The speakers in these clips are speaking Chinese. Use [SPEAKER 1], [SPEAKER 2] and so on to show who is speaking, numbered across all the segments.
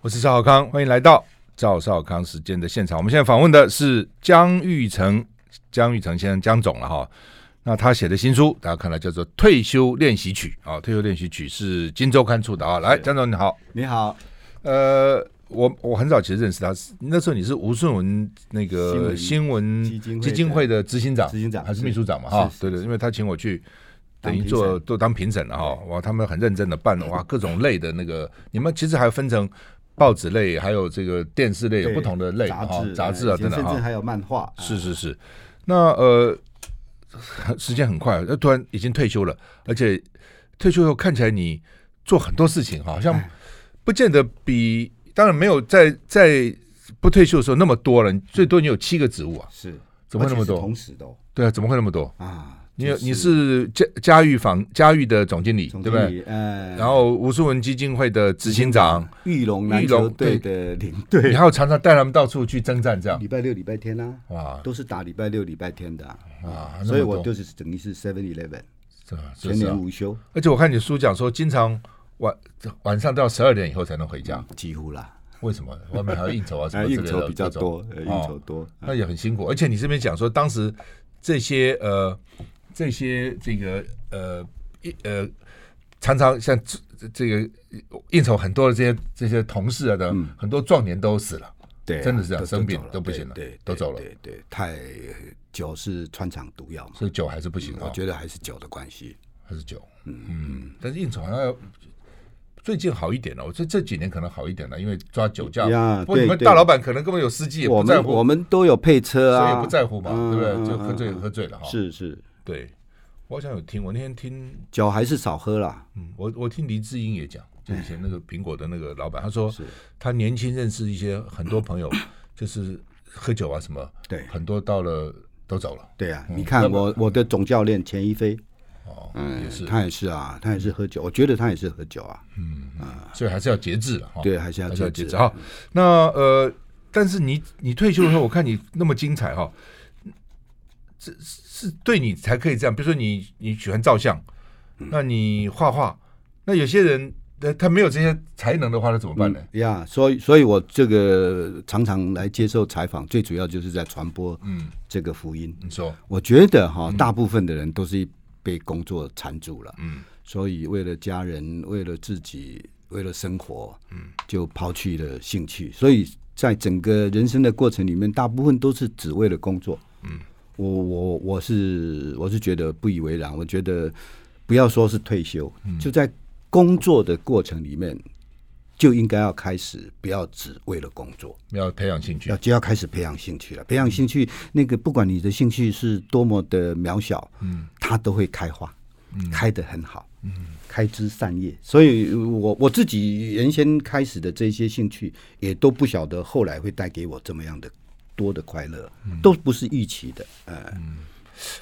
[SPEAKER 1] 我是赵少康，欢迎来到赵少康时间的现场。我们现在访问的是江玉成，江玉成先生，江总了哈。那他写的新书，大家看到叫做《退休练习曲》啊，《退休练习曲》是金周刊出的啊。来，江总你好，
[SPEAKER 2] 你好，
[SPEAKER 1] 呃，我我很早其实认识他，是那时候你是吴顺文那个新
[SPEAKER 2] 新
[SPEAKER 1] 闻
[SPEAKER 2] 基金会
[SPEAKER 1] 基金会的执行长，
[SPEAKER 2] 执行长
[SPEAKER 1] 还是
[SPEAKER 2] 是
[SPEAKER 1] 秘书长嘛哈
[SPEAKER 2] 是？是
[SPEAKER 1] 对对，因为他请我去。
[SPEAKER 2] 当
[SPEAKER 1] 等于
[SPEAKER 2] 评
[SPEAKER 1] 做
[SPEAKER 2] 审
[SPEAKER 1] 做当评审了哈，哇，他们很认真的 办了哇，各种类的那个，你们其实还分成报纸类，还有这个电视类，有
[SPEAKER 2] 对
[SPEAKER 1] 不同的类
[SPEAKER 2] 杂
[SPEAKER 1] 哈，
[SPEAKER 2] 志、
[SPEAKER 1] 杂志
[SPEAKER 2] 哎
[SPEAKER 1] 啊
[SPEAKER 2] 以
[SPEAKER 1] 等
[SPEAKER 2] 前
[SPEAKER 1] 等
[SPEAKER 2] 甚至
[SPEAKER 1] 哈，
[SPEAKER 2] 还有漫画，
[SPEAKER 1] 是是是，那呃，时间很快，那突然已经退休了，而且退休后看起来你做很多事情，好像
[SPEAKER 2] 哎
[SPEAKER 1] 不见得比，当然没有在在不退休的时候那么多了，你最多你有七个职务啊，
[SPEAKER 2] 是
[SPEAKER 1] 怎么会那么
[SPEAKER 2] 而且是
[SPEAKER 1] 多？
[SPEAKER 2] 同时的哦
[SPEAKER 1] 对啊，怎么会那么多？
[SPEAKER 2] 啊，
[SPEAKER 1] 你
[SPEAKER 2] 就
[SPEAKER 1] 有你是嘉嘉裕房嘉裕的总经理，
[SPEAKER 2] 总
[SPEAKER 1] 对
[SPEAKER 2] 经
[SPEAKER 1] 不对？
[SPEAKER 2] 理，呃，
[SPEAKER 1] 然后吴淑文基金会的执行长，
[SPEAKER 2] 玉龙
[SPEAKER 1] 玉
[SPEAKER 2] 篮
[SPEAKER 1] 龙
[SPEAKER 2] 球队的领队，
[SPEAKER 1] 你还要常常带他们到处去征战，这样
[SPEAKER 2] 礼拜六、礼拜天啊，
[SPEAKER 1] 哇
[SPEAKER 2] 都是打礼拜六、礼拜天的啊，
[SPEAKER 1] 啊，那
[SPEAKER 2] 所以
[SPEAKER 1] 么
[SPEAKER 2] 我
[SPEAKER 1] 多
[SPEAKER 2] 就是等于是 Seven Eleven
[SPEAKER 1] 是啊是
[SPEAKER 2] 全
[SPEAKER 1] 是
[SPEAKER 2] 年
[SPEAKER 1] 啊，
[SPEAKER 2] 无休，
[SPEAKER 1] 而且我看你书讲说，经常晚晚上到十二点以后才能回家，
[SPEAKER 2] 嗯几乎啦，
[SPEAKER 1] 为什 么？外面还要应酬啊啊什
[SPEAKER 2] 哎
[SPEAKER 1] 么之类
[SPEAKER 2] 应
[SPEAKER 1] 的
[SPEAKER 2] 酬比较
[SPEAKER 1] 各种
[SPEAKER 2] 多，呃应酬
[SPEAKER 1] 哦
[SPEAKER 2] 多，
[SPEAKER 1] 那也很辛苦。而且你这边讲说，当时这些呃这些这个呃一呃常常像这这个应酬很多的这些这些同事啊的，
[SPEAKER 2] 嗯
[SPEAKER 1] 很多壮年都死了。
[SPEAKER 2] 对啊，
[SPEAKER 1] 真的是这样
[SPEAKER 2] 都
[SPEAKER 1] 生病
[SPEAKER 2] 走
[SPEAKER 1] 都不
[SPEAKER 2] 对
[SPEAKER 1] 行了
[SPEAKER 2] 对，
[SPEAKER 1] 都
[SPEAKER 2] 对
[SPEAKER 1] 走了
[SPEAKER 2] 对对，太酒是穿肠毒药嘛，
[SPEAKER 1] 所以酒还是不行、啊。
[SPEAKER 2] 我觉得还是嗯酒的关系，
[SPEAKER 1] 还是九，嗯，但是应酬好像要最近好一点了，我这这几年可能好一点了，因为抓酒驾
[SPEAKER 2] 呀。
[SPEAKER 1] 不过你们
[SPEAKER 2] 对对
[SPEAKER 1] 大老板可能根本有司机也
[SPEAKER 2] 我
[SPEAKER 1] 不在
[SPEAKER 2] 们
[SPEAKER 1] 乎，
[SPEAKER 2] 我们都有配车
[SPEAKER 1] 所以
[SPEAKER 2] 啊，
[SPEAKER 1] 也不在乎哦嘛，
[SPEAKER 2] 嗯
[SPEAKER 1] 对不对？
[SPEAKER 2] 嗯
[SPEAKER 1] 就喝醉
[SPEAKER 2] 嗯嗯
[SPEAKER 1] 喝醉了哈。，
[SPEAKER 2] 是是，
[SPEAKER 1] 对。我好像有听，我那天听，
[SPEAKER 2] 酒还是少喝啦。
[SPEAKER 1] 嗯，我我听黎智英也讲，就以 前那个苹果的那个老板，他说
[SPEAKER 2] 是
[SPEAKER 1] 他年轻认识一些很多 朋友，就是喝酒啊什么，
[SPEAKER 2] 对
[SPEAKER 1] 很多到了都走了，
[SPEAKER 2] 对啊，
[SPEAKER 1] 嗯
[SPEAKER 2] 你
[SPEAKER 1] 那
[SPEAKER 2] 看
[SPEAKER 1] 么
[SPEAKER 2] 我我的总教练钱一飞，
[SPEAKER 1] 哦，
[SPEAKER 2] 嗯，
[SPEAKER 1] 也是，
[SPEAKER 2] 他也是啊，他也是喝酒，我觉得他也是喝酒啊，
[SPEAKER 1] 所以还是要节制了哈。
[SPEAKER 2] 对，还是要
[SPEAKER 1] 哦还是要
[SPEAKER 2] 节
[SPEAKER 1] 节制
[SPEAKER 2] 制
[SPEAKER 1] 哈。那呃，但是你你退休的时候，我看你那么精彩哈，这是对你才可以这样。比如说你你喜欢照相，
[SPEAKER 2] 嗯
[SPEAKER 1] 那你画画，那有些人呃他没有这些才能的话，那怎么办呢？
[SPEAKER 2] 嗯呀。所以所以我这个常常来接受采访，最主要就是在传播
[SPEAKER 1] 嗯，
[SPEAKER 2] 这个福音。
[SPEAKER 1] 你说
[SPEAKER 2] 我觉得哈，大部分的人都是被工作缠住了，
[SPEAKER 1] 嗯，
[SPEAKER 2] 所以为了家人，为了自己，为了生活，嗯，就抛弃了兴趣。所以在整个人生的过程里面，大部分都是只为了工作，嗯，我我我是我是觉得不以为然，我觉得不要说是退休，就在工作的过程里面。就应该要开始，不要只为了工作。
[SPEAKER 1] 要培养兴趣
[SPEAKER 2] 要，就要开始培养兴趣了。培养兴趣，那个不管你的兴趣是多么的渺小，嗯，它都会开花，开得很好，嗯，开枝散叶。所以我我自己原先开始的这些兴趣，也都不晓得后来会带给我怎么样的多的快乐，
[SPEAKER 1] 嗯
[SPEAKER 2] 都不是预期的。呃，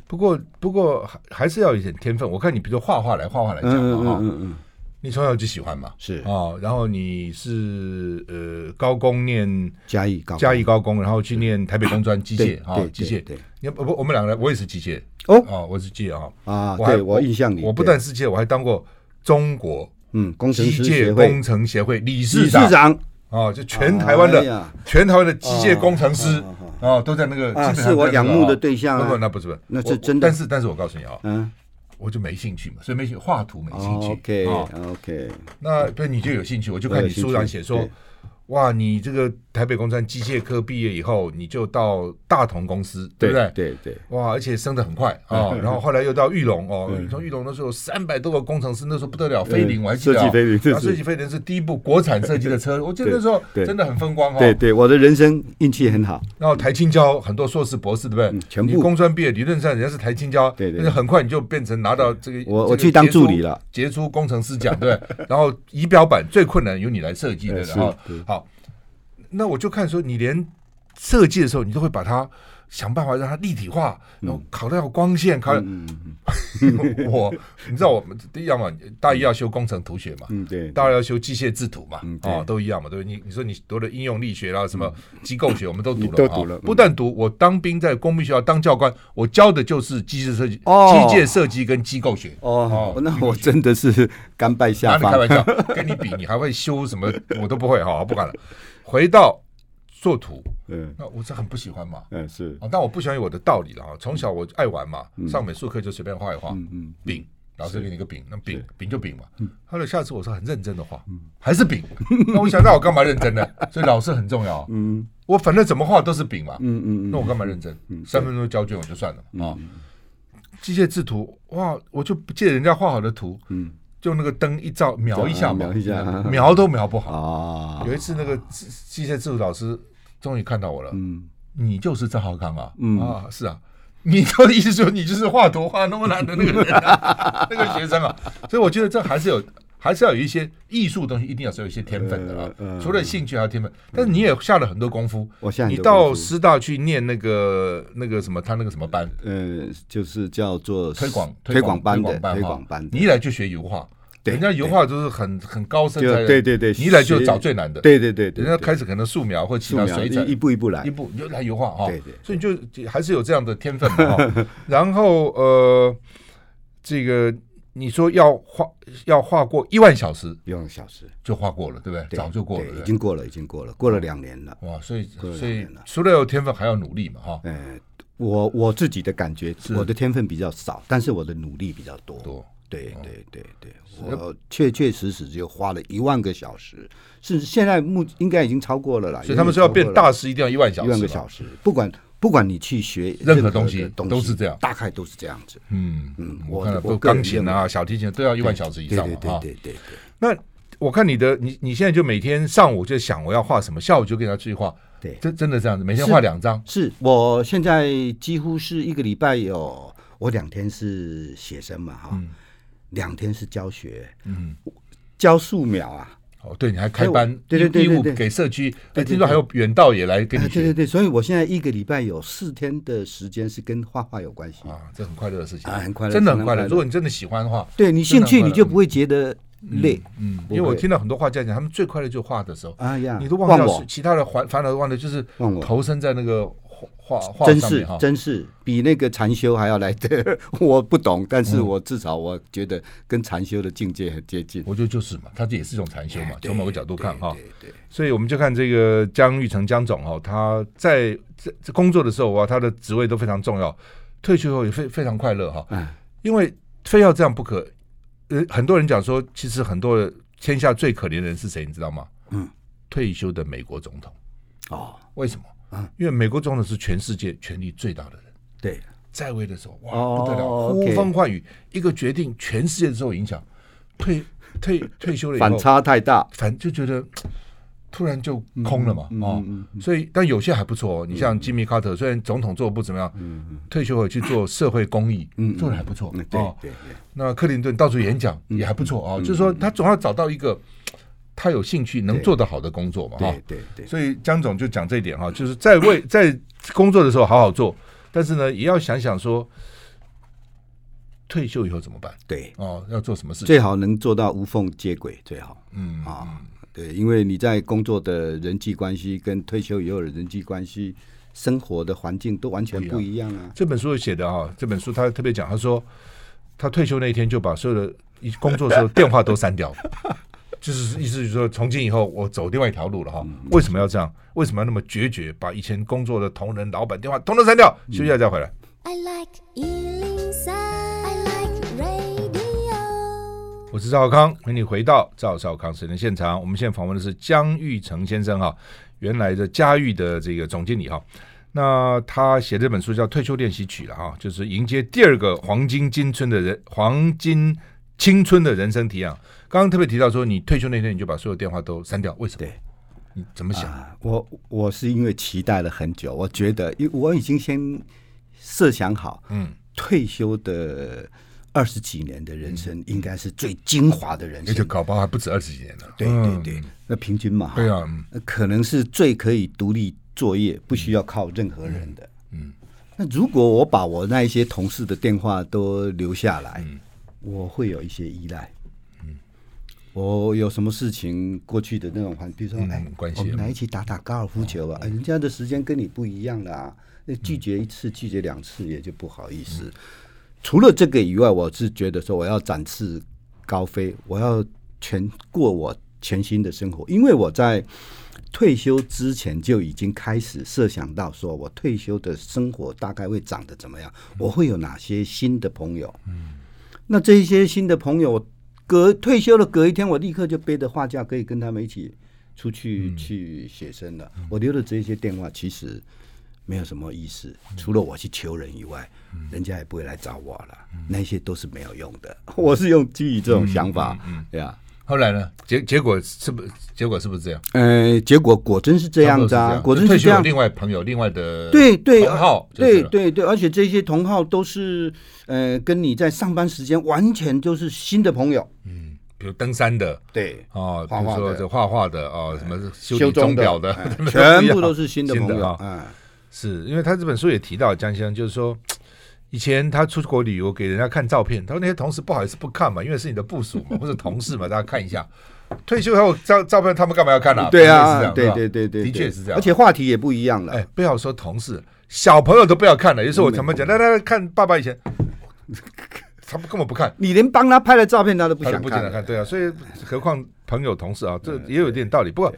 [SPEAKER 1] 不过不过还还是要有一点天分。我看你比如说画画来画画来讲
[SPEAKER 2] 嗯嗯
[SPEAKER 1] 嘛哈，
[SPEAKER 2] 嗯嗯，
[SPEAKER 1] 你从小就喜欢嘛
[SPEAKER 2] 是
[SPEAKER 1] 哦，然后你是呃高工念。
[SPEAKER 2] 嘉义高
[SPEAKER 1] 嘉义高工，然后去念台北工专机
[SPEAKER 2] 对
[SPEAKER 1] 械啊
[SPEAKER 2] 对，
[SPEAKER 1] 机
[SPEAKER 2] 对
[SPEAKER 1] 械。
[SPEAKER 2] 对
[SPEAKER 1] 你不不，我们两个人，我也是机械
[SPEAKER 2] 哦
[SPEAKER 1] 啊，我是机械啊。
[SPEAKER 2] 啊，
[SPEAKER 1] 还
[SPEAKER 2] 对我印象里，
[SPEAKER 1] 我不
[SPEAKER 2] 对
[SPEAKER 1] 但是机械，我还当过中国
[SPEAKER 2] 嗯工程
[SPEAKER 1] 机
[SPEAKER 2] 师
[SPEAKER 1] 械
[SPEAKER 2] 协会
[SPEAKER 1] 工程协会理
[SPEAKER 2] 理
[SPEAKER 1] 事
[SPEAKER 2] 事
[SPEAKER 1] 长
[SPEAKER 2] 长
[SPEAKER 1] 啊，就全台湾
[SPEAKER 2] 哎
[SPEAKER 1] 的
[SPEAKER 2] 呀哦
[SPEAKER 1] 全台湾的机械工程师啊，都在那个
[SPEAKER 2] 啊
[SPEAKER 1] 基本上
[SPEAKER 2] 是我
[SPEAKER 1] 在那个
[SPEAKER 2] 仰慕的
[SPEAKER 1] 啊
[SPEAKER 2] 对象啊
[SPEAKER 1] 不不，那不是不是，
[SPEAKER 2] 那
[SPEAKER 1] 我
[SPEAKER 2] 是真的
[SPEAKER 1] 但是但是我告诉你啊，
[SPEAKER 2] 嗯
[SPEAKER 1] 我就没兴趣嘛，所以没兴趣画图没兴趣。
[SPEAKER 2] 哦，OK
[SPEAKER 1] 啊
[SPEAKER 2] OK，
[SPEAKER 1] 那不是你就有兴趣，我就看你书上写
[SPEAKER 2] 我有
[SPEAKER 1] 说
[SPEAKER 2] 兴趣，
[SPEAKER 1] 哇，你这个台北工专机械科毕业以后，你就到大同公司，对不对？
[SPEAKER 2] 对对。
[SPEAKER 1] 哇，而且升得很快啊、哦然后后来又到玉龙哦，从玉龙那时候三百多个工程师，那时候不得了，飞凌我还记得、哦，
[SPEAKER 2] 设计飞凌
[SPEAKER 1] 然后
[SPEAKER 2] 是
[SPEAKER 1] 设计飞凌是第一部国产设计的车，我记得那时候
[SPEAKER 2] 对
[SPEAKER 1] 真的很风光哦。
[SPEAKER 2] 对对，我的人生运气很好，
[SPEAKER 1] 然后台青交很多硕士博士，对不对？
[SPEAKER 2] 嗯全部
[SPEAKER 1] 你工专毕业，理论上人家是台青交，
[SPEAKER 2] 对对
[SPEAKER 1] 但是很快你就变成拿到这个，
[SPEAKER 2] 我
[SPEAKER 1] 这个
[SPEAKER 2] 我去当助理了
[SPEAKER 1] 杰出，杰出工程师奖，对不 对。然后仪表板最困难由你来设计的，
[SPEAKER 2] 哎是
[SPEAKER 1] 然后好，那我就看说你连设计的时候，你都会把它想办法让它立体化，
[SPEAKER 2] 嗯
[SPEAKER 1] 然后考虑到光线，考虑 我，你知道我们第一要么大一要修工程图学嘛，
[SPEAKER 2] 嗯，对，
[SPEAKER 1] 大二要修机械制图嘛，
[SPEAKER 2] 嗯对嗯
[SPEAKER 1] 哦，都一样嘛，对不对？你你说你读了应用力学啦，什么机构学，我们都读了嘛，
[SPEAKER 2] 都读了
[SPEAKER 1] 哦
[SPEAKER 2] 嗯
[SPEAKER 1] 不但读，我当兵在工兵学校当教官，我教的就是机械设计、
[SPEAKER 2] 哦
[SPEAKER 1] 机械设计跟机构学。
[SPEAKER 2] 哦
[SPEAKER 1] 哦，
[SPEAKER 2] 那我真的是甘拜
[SPEAKER 1] 哪
[SPEAKER 2] 下
[SPEAKER 1] 里开
[SPEAKER 2] 风。
[SPEAKER 1] 玩笑？跟你比，你还会修什么？我都不会哈，不敢了。回到做图，
[SPEAKER 2] 嗯
[SPEAKER 1] 那我是很不喜欢嘛。
[SPEAKER 2] 嗯，是，
[SPEAKER 1] 哦，但我不喜欢有我的道理了啊。从小我就爱玩嘛，上美术课就随便画一画
[SPEAKER 2] 嗯，嗯，
[SPEAKER 1] 饼，老师给你一个饼，那饼饼就饼嘛。后来下次我说很认真的
[SPEAKER 2] 嗯
[SPEAKER 1] 画，还是 饼。那我想，那我干嘛认真呢？所以老师很重要。啊
[SPEAKER 2] 嗯
[SPEAKER 1] 我反正怎么画都是饼嘛，
[SPEAKER 2] 嗯嗯嗯
[SPEAKER 1] 那我干嘛认真？三分钟交卷我就算了嘛啊。机械制图哇，我就不借人家画好的图，
[SPEAKER 2] 嗯，啊
[SPEAKER 1] 就那个灯一照描一下嘛，
[SPEAKER 2] 瞄一下
[SPEAKER 1] 描都描不好。
[SPEAKER 2] 啊，
[SPEAKER 1] 有一次那个机机械制图老师终于看到我了，
[SPEAKER 2] 嗯，
[SPEAKER 1] 你就是郑浩康啊，
[SPEAKER 2] 嗯
[SPEAKER 1] 啊是啊。你的意思说你就是画图画那么难的那个人、啊， 那个学生啊，所以我觉得这还是有，还是要有一些艺术东西，一定要是有一些天分的啦。啊
[SPEAKER 2] 呃呃
[SPEAKER 1] 除了兴趣，还有天分。但是你也下了很多功夫，
[SPEAKER 2] 我现在
[SPEAKER 1] 你
[SPEAKER 2] 很多
[SPEAKER 1] 到
[SPEAKER 2] 功夫
[SPEAKER 1] 师大去念那个那个什么，他那个什么班，
[SPEAKER 2] 呃，就是叫做
[SPEAKER 1] 推广
[SPEAKER 2] 推广班
[SPEAKER 1] 推
[SPEAKER 2] 的
[SPEAKER 1] 广班
[SPEAKER 2] 推
[SPEAKER 1] 哈
[SPEAKER 2] 广班的
[SPEAKER 1] 你，一来就学油画，
[SPEAKER 2] 对
[SPEAKER 1] 人家油画都是很很高深
[SPEAKER 2] 就
[SPEAKER 1] 才，
[SPEAKER 2] 对对对，
[SPEAKER 1] 你一来就
[SPEAKER 2] 学
[SPEAKER 1] 找最难的，，
[SPEAKER 2] 对对对对，
[SPEAKER 1] 人家
[SPEAKER 2] 对
[SPEAKER 1] 开始可能素描或其
[SPEAKER 2] 素
[SPEAKER 1] 他
[SPEAKER 2] 描
[SPEAKER 1] 水
[SPEAKER 2] 一一
[SPEAKER 1] 彩。
[SPEAKER 2] 步一步来
[SPEAKER 1] 一，步你就来油画哈，
[SPEAKER 2] 哎对对
[SPEAKER 1] 所以你就还是有这样的天分 嘛哈。然后呃，这个你说要画要画过一万小时，
[SPEAKER 2] 用小时，
[SPEAKER 1] 就画过了，对不对？
[SPEAKER 2] 对
[SPEAKER 1] 早就过了，
[SPEAKER 2] 对
[SPEAKER 1] 对
[SPEAKER 2] 已
[SPEAKER 1] 不对
[SPEAKER 2] 经过了，已经过了，过了两年了。
[SPEAKER 1] 哇，所以
[SPEAKER 2] 过了
[SPEAKER 1] 所以
[SPEAKER 2] 两年了
[SPEAKER 1] 除了有天分，还要努力嘛哈。
[SPEAKER 2] 呃，我我自己的感觉，我的天分比较少，但是我的努力比较多。
[SPEAKER 1] 多
[SPEAKER 2] 对对对对，我哦确确实实就花了一万个小时，是现在目应该已经超过了啦。
[SPEAKER 1] 所以他们说要变大师，一定要一万小
[SPEAKER 2] 一
[SPEAKER 1] 时嘛。啊
[SPEAKER 2] 万个小时，不管不管你去学
[SPEAKER 1] 任何
[SPEAKER 2] 何
[SPEAKER 1] 东
[SPEAKER 2] 东
[SPEAKER 1] 西
[SPEAKER 2] 东
[SPEAKER 1] 都是这样
[SPEAKER 2] 大概都是这样子。
[SPEAKER 1] 嗯嗯，我
[SPEAKER 2] 我
[SPEAKER 1] 看了
[SPEAKER 2] 我
[SPEAKER 1] 都
[SPEAKER 2] 个人
[SPEAKER 1] 钢琴啊、小提琴都要一万小时以
[SPEAKER 2] 对
[SPEAKER 1] 上
[SPEAKER 2] 对
[SPEAKER 1] 嘛
[SPEAKER 2] 对
[SPEAKER 1] 哈。
[SPEAKER 2] 对对对，
[SPEAKER 1] 那我看你的，你你现在就每天上午就想我要画什么，下午就跟他去画，
[SPEAKER 2] 对
[SPEAKER 1] 真真的这样子，每天画两张，
[SPEAKER 2] 是我现在几乎是一个礼拜有我两天是写生嘛哈，两天是教学，
[SPEAKER 1] 嗯，
[SPEAKER 2] 教素描啊。
[SPEAKER 1] 哦，对，你还开班
[SPEAKER 2] 还有，哎对对对
[SPEAKER 1] 义
[SPEAKER 2] 对
[SPEAKER 1] 务
[SPEAKER 2] 对
[SPEAKER 1] 给社区，哎
[SPEAKER 2] 对对
[SPEAKER 1] 听说还有远道也来跟
[SPEAKER 2] 啊
[SPEAKER 1] 你
[SPEAKER 2] 对对
[SPEAKER 1] 学
[SPEAKER 2] 对，所以我现在一个礼拜有四天的时间是跟画画有关系。
[SPEAKER 1] 啊，这很快乐的事情
[SPEAKER 2] 啊很快，乐
[SPEAKER 1] 真的
[SPEAKER 2] 相
[SPEAKER 1] 很
[SPEAKER 2] 当
[SPEAKER 1] 快乐。
[SPEAKER 2] 快乐
[SPEAKER 1] 如果你真的喜欢的话，
[SPEAKER 2] 对你
[SPEAKER 1] 真
[SPEAKER 2] 兴
[SPEAKER 1] 的
[SPEAKER 2] 趣，
[SPEAKER 1] 很快
[SPEAKER 2] 你
[SPEAKER 1] 乐
[SPEAKER 2] 就不会觉得累。
[SPEAKER 1] 嗯，
[SPEAKER 2] 不
[SPEAKER 1] 因为我
[SPEAKER 2] 会
[SPEAKER 1] 听到很多画家讲，他们最快乐就是画的时候，
[SPEAKER 2] 哎呀，
[SPEAKER 1] 你都忘掉
[SPEAKER 2] 我
[SPEAKER 1] 是，其他的烦烦恼，忘了就是
[SPEAKER 2] 忘我
[SPEAKER 1] 投身在那个画画画
[SPEAKER 2] 真
[SPEAKER 1] 上
[SPEAKER 2] 是
[SPEAKER 1] 面哈。
[SPEAKER 2] 真是比那个禅修还要来的。 我不懂，但
[SPEAKER 1] 嗯
[SPEAKER 2] 是我至少我觉得跟禅修的境界很接近。
[SPEAKER 1] 我觉得就是嘛，它这也是一种禅修嘛，从某个角度看哈。
[SPEAKER 2] 哎对对，
[SPEAKER 1] 所以我们就看这个江玉成江总哈、他在这这工作的时候啊，他的职位都非常重要，退休后也非非常快乐哈、
[SPEAKER 2] 嗯
[SPEAKER 1] 因为非要这样不可。呃，很多人讲说，其实很多人天下最可怜的人是谁，你知道吗？
[SPEAKER 2] 嗯，
[SPEAKER 1] 退休的美国总统，
[SPEAKER 2] 哦，
[SPEAKER 1] 为什么？
[SPEAKER 2] 嗯
[SPEAKER 1] 因为美国总统是全世界权力最大的人，
[SPEAKER 2] 对，
[SPEAKER 1] 在位的时候哇
[SPEAKER 2] 哦
[SPEAKER 1] 不得了，呼
[SPEAKER 2] OK
[SPEAKER 1] 风唤雨，一个决定全世界都有影响。退退退休了以后，
[SPEAKER 2] 反差太大。
[SPEAKER 1] 反正就觉得突然就空了嘛，
[SPEAKER 2] 嗯
[SPEAKER 1] 哦，
[SPEAKER 2] 嗯
[SPEAKER 1] 所以但有些还不错哦。你像吉米·卡特，虽然总统做得不怎么样，退休后去做社会公益，做的还不错
[SPEAKER 2] 嗯，对
[SPEAKER 1] 哦。
[SPEAKER 2] 对对，
[SPEAKER 1] 那克林顿到处演讲
[SPEAKER 2] 嗯
[SPEAKER 1] 也还不错啊，就是说他总要找到一个他有兴趣能做得好的工作嘛，哈
[SPEAKER 2] 对。对对，
[SPEAKER 1] 所以江总就讲这一点哈，就是在 为在工作的时候好好做，但是呢，也要想想说退休以后怎么办
[SPEAKER 2] 对，
[SPEAKER 1] 哦，要做什么事情？
[SPEAKER 2] 最好能做到无缝接轨最好
[SPEAKER 1] 嗯
[SPEAKER 2] 啊。对，因为你在工作的人际关系跟退休以后的人际关系、生活的环境都完全不一样啊。
[SPEAKER 1] 这本书有写的哈、这本书他特别讲，他说他退休那一天就把所有的一工作的时候电话都删掉， 就是意思就是说从今以后我走另外一条路了哈、为什么要这样？为什么要那么决绝？把以前工作的同仁、老板电话通通删掉，休息一下再回来。
[SPEAKER 3] I like Ealing Sound. I like radio.
[SPEAKER 1] 我是赵少康，欢迎你回到赵少康时人现场。我们现在访问的是江玉成先生哈，原来的嘉裕的这个总经理哈。那他写这本书叫《退休练习曲》了哈，就是迎接第二个黄金青春的人黄金青春的人生提案。刚刚特别提到说，你退休那天你就把所有电话都删掉，为什么？
[SPEAKER 2] 对，
[SPEAKER 1] 你怎么想？
[SPEAKER 2] 啊，我我是因为期待了很久，我觉得，因为我已经先设想好
[SPEAKER 1] 嗯，
[SPEAKER 2] 退休的二十几年的人
[SPEAKER 1] 嗯
[SPEAKER 2] 生，应该是最精华的人
[SPEAKER 1] 而且
[SPEAKER 2] 生。
[SPEAKER 1] 搞不好还不止二十几年了。
[SPEAKER 2] 对
[SPEAKER 1] 嗯
[SPEAKER 2] 对对，那平均嘛，
[SPEAKER 1] 对啊，嗯
[SPEAKER 2] 呃可能是最可以独立作业，不需要靠任何人的。嗯，那如果我把我那一些同事的电话都留下来，
[SPEAKER 1] 嗯
[SPEAKER 2] 我会有一些依赖。我有什么事情过去的那种环，比如说，
[SPEAKER 1] 嗯
[SPEAKER 2] 哎，
[SPEAKER 1] 关系嗯
[SPEAKER 2] 我们来一起打打高尔夫球吧。哎，人家的时间跟你不一样啦，那拒绝一次、拒绝两次也就不好意思。
[SPEAKER 1] 嗯
[SPEAKER 2] 除了这个以外，我是觉得说我要展翅高飞，我要全过我全新的生活，因为我在退休之前就已经开始设想到，说我退休的生活大概会长得怎么样，
[SPEAKER 1] 嗯
[SPEAKER 2] 我会有哪些新的朋友。嗯，那这一些新的朋友，隔退休了隔一天，我立刻就背着画架，可以跟他们一起出去、
[SPEAKER 1] 嗯
[SPEAKER 2] 去写生了。我留的这些电话，其实。没有什么意思，
[SPEAKER 1] 嗯
[SPEAKER 2] 除了我去求人以外，人家也不会来找我了。
[SPEAKER 1] 嗯
[SPEAKER 2] 那些都是没有用的。 我是用基于这种想法，
[SPEAKER 1] 嗯
[SPEAKER 2] 对啊，
[SPEAKER 1] 后来呢？结结果是不结果是不是这样？
[SPEAKER 2] 呃，结果果真是这样子啊，
[SPEAKER 1] 差不
[SPEAKER 2] 果
[SPEAKER 1] 多
[SPEAKER 2] 真
[SPEAKER 1] 是
[SPEAKER 2] 是
[SPEAKER 1] 这
[SPEAKER 2] 这
[SPEAKER 1] 样就退休有
[SPEAKER 2] 样。
[SPEAKER 1] 另外朋友，另外的
[SPEAKER 2] 对对，
[SPEAKER 1] 同号
[SPEAKER 2] 而
[SPEAKER 1] 就是
[SPEAKER 2] 对
[SPEAKER 1] 了
[SPEAKER 2] 对对，而且这些同号都是呃，跟你在上班时间完全就是新的朋友。
[SPEAKER 1] 嗯，比如登山的
[SPEAKER 2] 对，
[SPEAKER 1] 哦，比
[SPEAKER 2] 画
[SPEAKER 1] 如
[SPEAKER 2] 画的哎
[SPEAKER 1] 说这画画的哦，什么修
[SPEAKER 2] 修
[SPEAKER 1] 理钟表
[SPEAKER 2] 的
[SPEAKER 1] 的，
[SPEAKER 2] 哎
[SPEAKER 1] 不一样
[SPEAKER 2] 全部都是新的朋
[SPEAKER 1] 新的
[SPEAKER 2] 友
[SPEAKER 1] 啊。
[SPEAKER 2] 嗯，
[SPEAKER 1] 是因为他这本书也提到江先生，就是说以前他出国旅游给人家看照片，他说那些同事不好意思不看嘛，因为是你的部属 嘛或者同事嘛，大家看一下。退休后照照片他们干嘛要看啊？
[SPEAKER 2] 对
[SPEAKER 1] 是这
[SPEAKER 2] 啊，
[SPEAKER 1] 样
[SPEAKER 2] 对
[SPEAKER 1] 是吧
[SPEAKER 2] 对对对，
[SPEAKER 1] 的确
[SPEAKER 2] 对
[SPEAKER 1] 是这样。啊
[SPEAKER 2] 而且话题也不一样了。
[SPEAKER 1] 哎，不要说同事，小朋友都不要看了。有时候我常常讲，来来来看爸爸以前，他们根本不看。
[SPEAKER 2] 你连帮他拍的照片他都不
[SPEAKER 1] 他
[SPEAKER 2] 想
[SPEAKER 1] 就不
[SPEAKER 2] 看嗯
[SPEAKER 1] 想
[SPEAKER 2] 了，
[SPEAKER 1] 看，对啊，所以何况朋友同事啊，这也有点道理。不过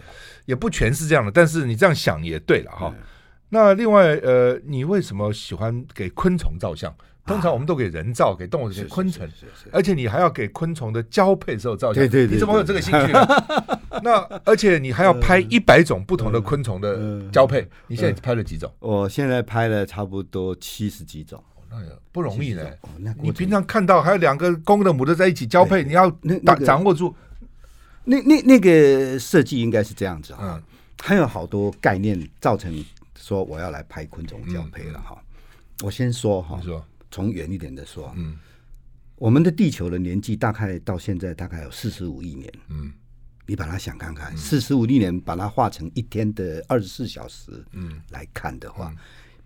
[SPEAKER 1] 也不全是这样的，但是你这样想也对了哈。
[SPEAKER 2] 嗯
[SPEAKER 1] 那另外呃，你为什么喜欢给昆虫照相？
[SPEAKER 2] 啊
[SPEAKER 1] 通常我们都给人造，给动物，给昆虫，而且你还要给昆虫的交配时候照相，
[SPEAKER 2] 对对对嗯
[SPEAKER 1] 你怎么会有这个兴趣呢？ 那而且你还要拍一百种不同的昆虫的交配，你现在拍了几种？
[SPEAKER 2] 我现在拍了差不多七十几种，
[SPEAKER 1] 哦那也不容易呢
[SPEAKER 2] 嗯70种。哦，那
[SPEAKER 1] 你
[SPEAKER 2] 过程
[SPEAKER 1] 平常看到还有两个公的母的在一起交配，你要
[SPEAKER 2] 那那
[SPEAKER 1] 掌
[SPEAKER 2] 个
[SPEAKER 1] 掌握住，
[SPEAKER 2] 那那那个设计应该是这样子哈、
[SPEAKER 1] 嗯
[SPEAKER 2] 还有好多概念造成说我要来拍昆虫
[SPEAKER 1] 嗯
[SPEAKER 2] 交配了哈、我先说哈
[SPEAKER 1] 你，说，
[SPEAKER 2] 从远一点的说，
[SPEAKER 1] 嗯
[SPEAKER 2] 我们的地球的年纪大概到现在大概有四十五亿年，
[SPEAKER 1] 嗯。
[SPEAKER 2] 你把它想看看，四十五亿年把它化成一天的二十四小时，嗯，来看的话，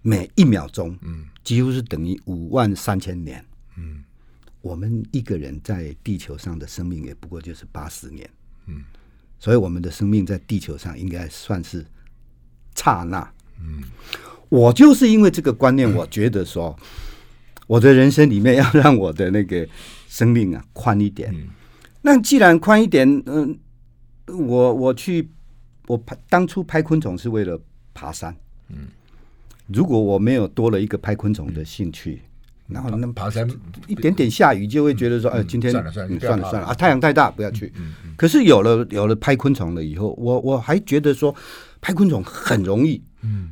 [SPEAKER 2] 每一秒钟，嗯，几乎是等于五万三千年，嗯，我们一个人在地球上的生命也不过就是八十年，嗯，所以我们的生命在地球上应该算是刹那，嗯，我就是因为这个观念，我觉得说，我的人生里面要让我的那个生命啊宽一点。
[SPEAKER 1] 嗯
[SPEAKER 2] 那既然宽一点，嗯、我我去，我拍当初拍昆虫是为了爬山。嗯，如果我没有多了一个拍昆虫的兴趣，然后那么
[SPEAKER 1] 嗯爬山
[SPEAKER 2] 一点点下雨就会觉得说，哎，今天
[SPEAKER 1] 算了算了嗯
[SPEAKER 2] 嗯
[SPEAKER 1] 不要
[SPEAKER 2] 算
[SPEAKER 1] 爬
[SPEAKER 2] 了算了啊，太阳太大，不要去。可是有了有了拍昆虫了以后，我我还觉得说拍昆虫很容易。嗯，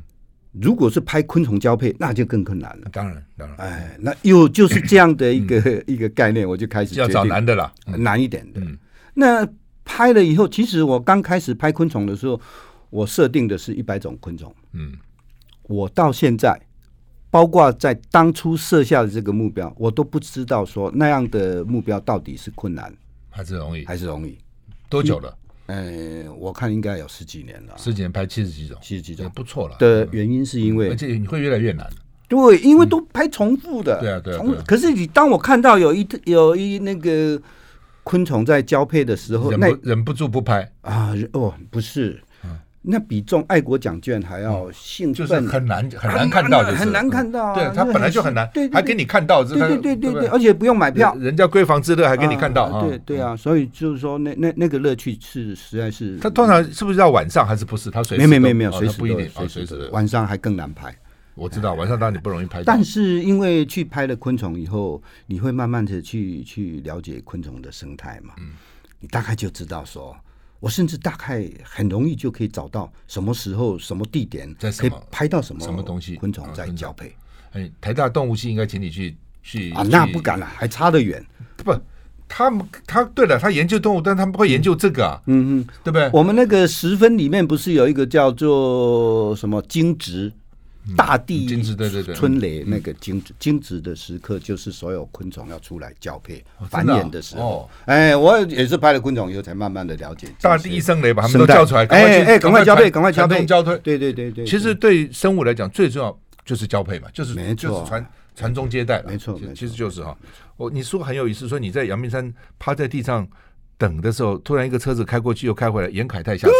[SPEAKER 2] 如果是拍昆虫交配，那就更困难了。
[SPEAKER 1] 当然当然，
[SPEAKER 2] 哎，那又就是这样的一个、一个概念，我就开始
[SPEAKER 1] 就嗯要
[SPEAKER 2] 决
[SPEAKER 1] 找
[SPEAKER 2] 定
[SPEAKER 1] 男的啦。
[SPEAKER 2] 难一点的。
[SPEAKER 1] 嗯
[SPEAKER 2] 那拍了以后，其实我刚开始拍昆虫的时候，我设定的是一百种昆虫。
[SPEAKER 1] 嗯，
[SPEAKER 2] 我到现在，包括在当初设下的这个目标，我都不知道说那样的目标到底是困难
[SPEAKER 1] 还是容易。
[SPEAKER 2] 还是容易。
[SPEAKER 1] 多久了？
[SPEAKER 2] 呃，我看应该有十几年了，
[SPEAKER 1] 十几年拍七十几种，
[SPEAKER 2] 啊七十几
[SPEAKER 1] 也
[SPEAKER 2] 种
[SPEAKER 1] 不错了。
[SPEAKER 2] 的原因是因
[SPEAKER 1] 嗯
[SPEAKER 2] 为
[SPEAKER 1] 而且你会越来越难。
[SPEAKER 2] 对，因为都拍重复的。
[SPEAKER 1] 对啊对啊
[SPEAKER 2] 重
[SPEAKER 1] 对啊
[SPEAKER 2] 可是你当我看到有一有一那个昆虫在交配的时候，
[SPEAKER 1] 忍
[SPEAKER 2] 那
[SPEAKER 1] 不忍不住不拍，
[SPEAKER 2] 啊哦不是，那比中爱国奖券还要兴
[SPEAKER 1] 嗯就
[SPEAKER 2] 奋，
[SPEAKER 1] 是很难很难看到，就是
[SPEAKER 2] 很难看啊到啊
[SPEAKER 1] 对他
[SPEAKER 2] 就是
[SPEAKER 1] 本来就很难
[SPEAKER 2] 对对，对
[SPEAKER 1] 还给你看到，
[SPEAKER 2] 对对对对对，而
[SPEAKER 1] 且
[SPEAKER 2] 且不用买票。
[SPEAKER 1] 人家闺房之乐还给你看到
[SPEAKER 2] 啊
[SPEAKER 1] 啊。
[SPEAKER 2] 对对啊，所以就是说那，那那个乐趣是实在是，
[SPEAKER 1] 他通常是不是要晚上还是不是？他随时
[SPEAKER 2] 没
[SPEAKER 1] 都
[SPEAKER 2] 没没没有，
[SPEAKER 1] 哦
[SPEAKER 2] 随
[SPEAKER 1] 他
[SPEAKER 2] 时
[SPEAKER 1] 不一
[SPEAKER 2] 都
[SPEAKER 1] 定啊，
[SPEAKER 2] 随
[SPEAKER 1] 随
[SPEAKER 2] 时都
[SPEAKER 1] 时。
[SPEAKER 2] 晚上还更难拍。
[SPEAKER 1] 我知道晚上当然你不容易拍到，
[SPEAKER 2] 但是因为去拍了昆虫以后，你会慢慢的去去了解昆虫的生态嘛，
[SPEAKER 1] 嗯
[SPEAKER 2] 你大概就知道说，我甚至大概很容易就可以找到什么时候、什么地点
[SPEAKER 1] 在
[SPEAKER 2] 可
[SPEAKER 1] 什
[SPEAKER 2] 以
[SPEAKER 1] 么
[SPEAKER 2] 拍到什么
[SPEAKER 1] 什么东西
[SPEAKER 2] 昆虫
[SPEAKER 1] 啊
[SPEAKER 2] 在
[SPEAKER 1] 昆虫
[SPEAKER 2] 交配
[SPEAKER 1] 哎，台大动物系应该请你去去
[SPEAKER 2] 啊，那
[SPEAKER 1] 去
[SPEAKER 2] 不敢了，还差得 远。
[SPEAKER 1] 不。他们他对了，他研究动物，但他们会研究这个啊，嗯嗯，对不对？
[SPEAKER 2] 我们那个十分里面不是有一个叫做什么惊蛰，大地
[SPEAKER 1] 惊蛰嗯对对对嗯
[SPEAKER 2] 春雷那个惊蛰，惊蛰的时刻就是所有昆虫要出来交配、
[SPEAKER 1] 真
[SPEAKER 2] 繁
[SPEAKER 1] 的啊
[SPEAKER 2] 衍的时候
[SPEAKER 1] 哦。
[SPEAKER 2] 哎，我也是拍了昆虫以后才慢慢的了解这
[SPEAKER 1] 大
[SPEAKER 2] 些
[SPEAKER 1] 地一声雷把他们
[SPEAKER 2] 生
[SPEAKER 1] 都
[SPEAKER 2] 态
[SPEAKER 1] 叫出来，赶快
[SPEAKER 2] 哎
[SPEAKER 1] 去
[SPEAKER 2] 哎，赶快交配，赶快交
[SPEAKER 1] 传传宗
[SPEAKER 2] 配，
[SPEAKER 1] 交配。
[SPEAKER 2] 对对对对，
[SPEAKER 1] 其实对生物来讲，最重要就是交配嘛，就是
[SPEAKER 2] 没错
[SPEAKER 1] 就是传传宗接代嘛，
[SPEAKER 2] 没错
[SPEAKER 1] 其
[SPEAKER 2] 没
[SPEAKER 1] 实
[SPEAKER 2] 错
[SPEAKER 1] 其实就是哈。我你说很有意思，说你在阳明山趴在地上等的时候，突然一个车子开过去又开回来，严凯泰下车，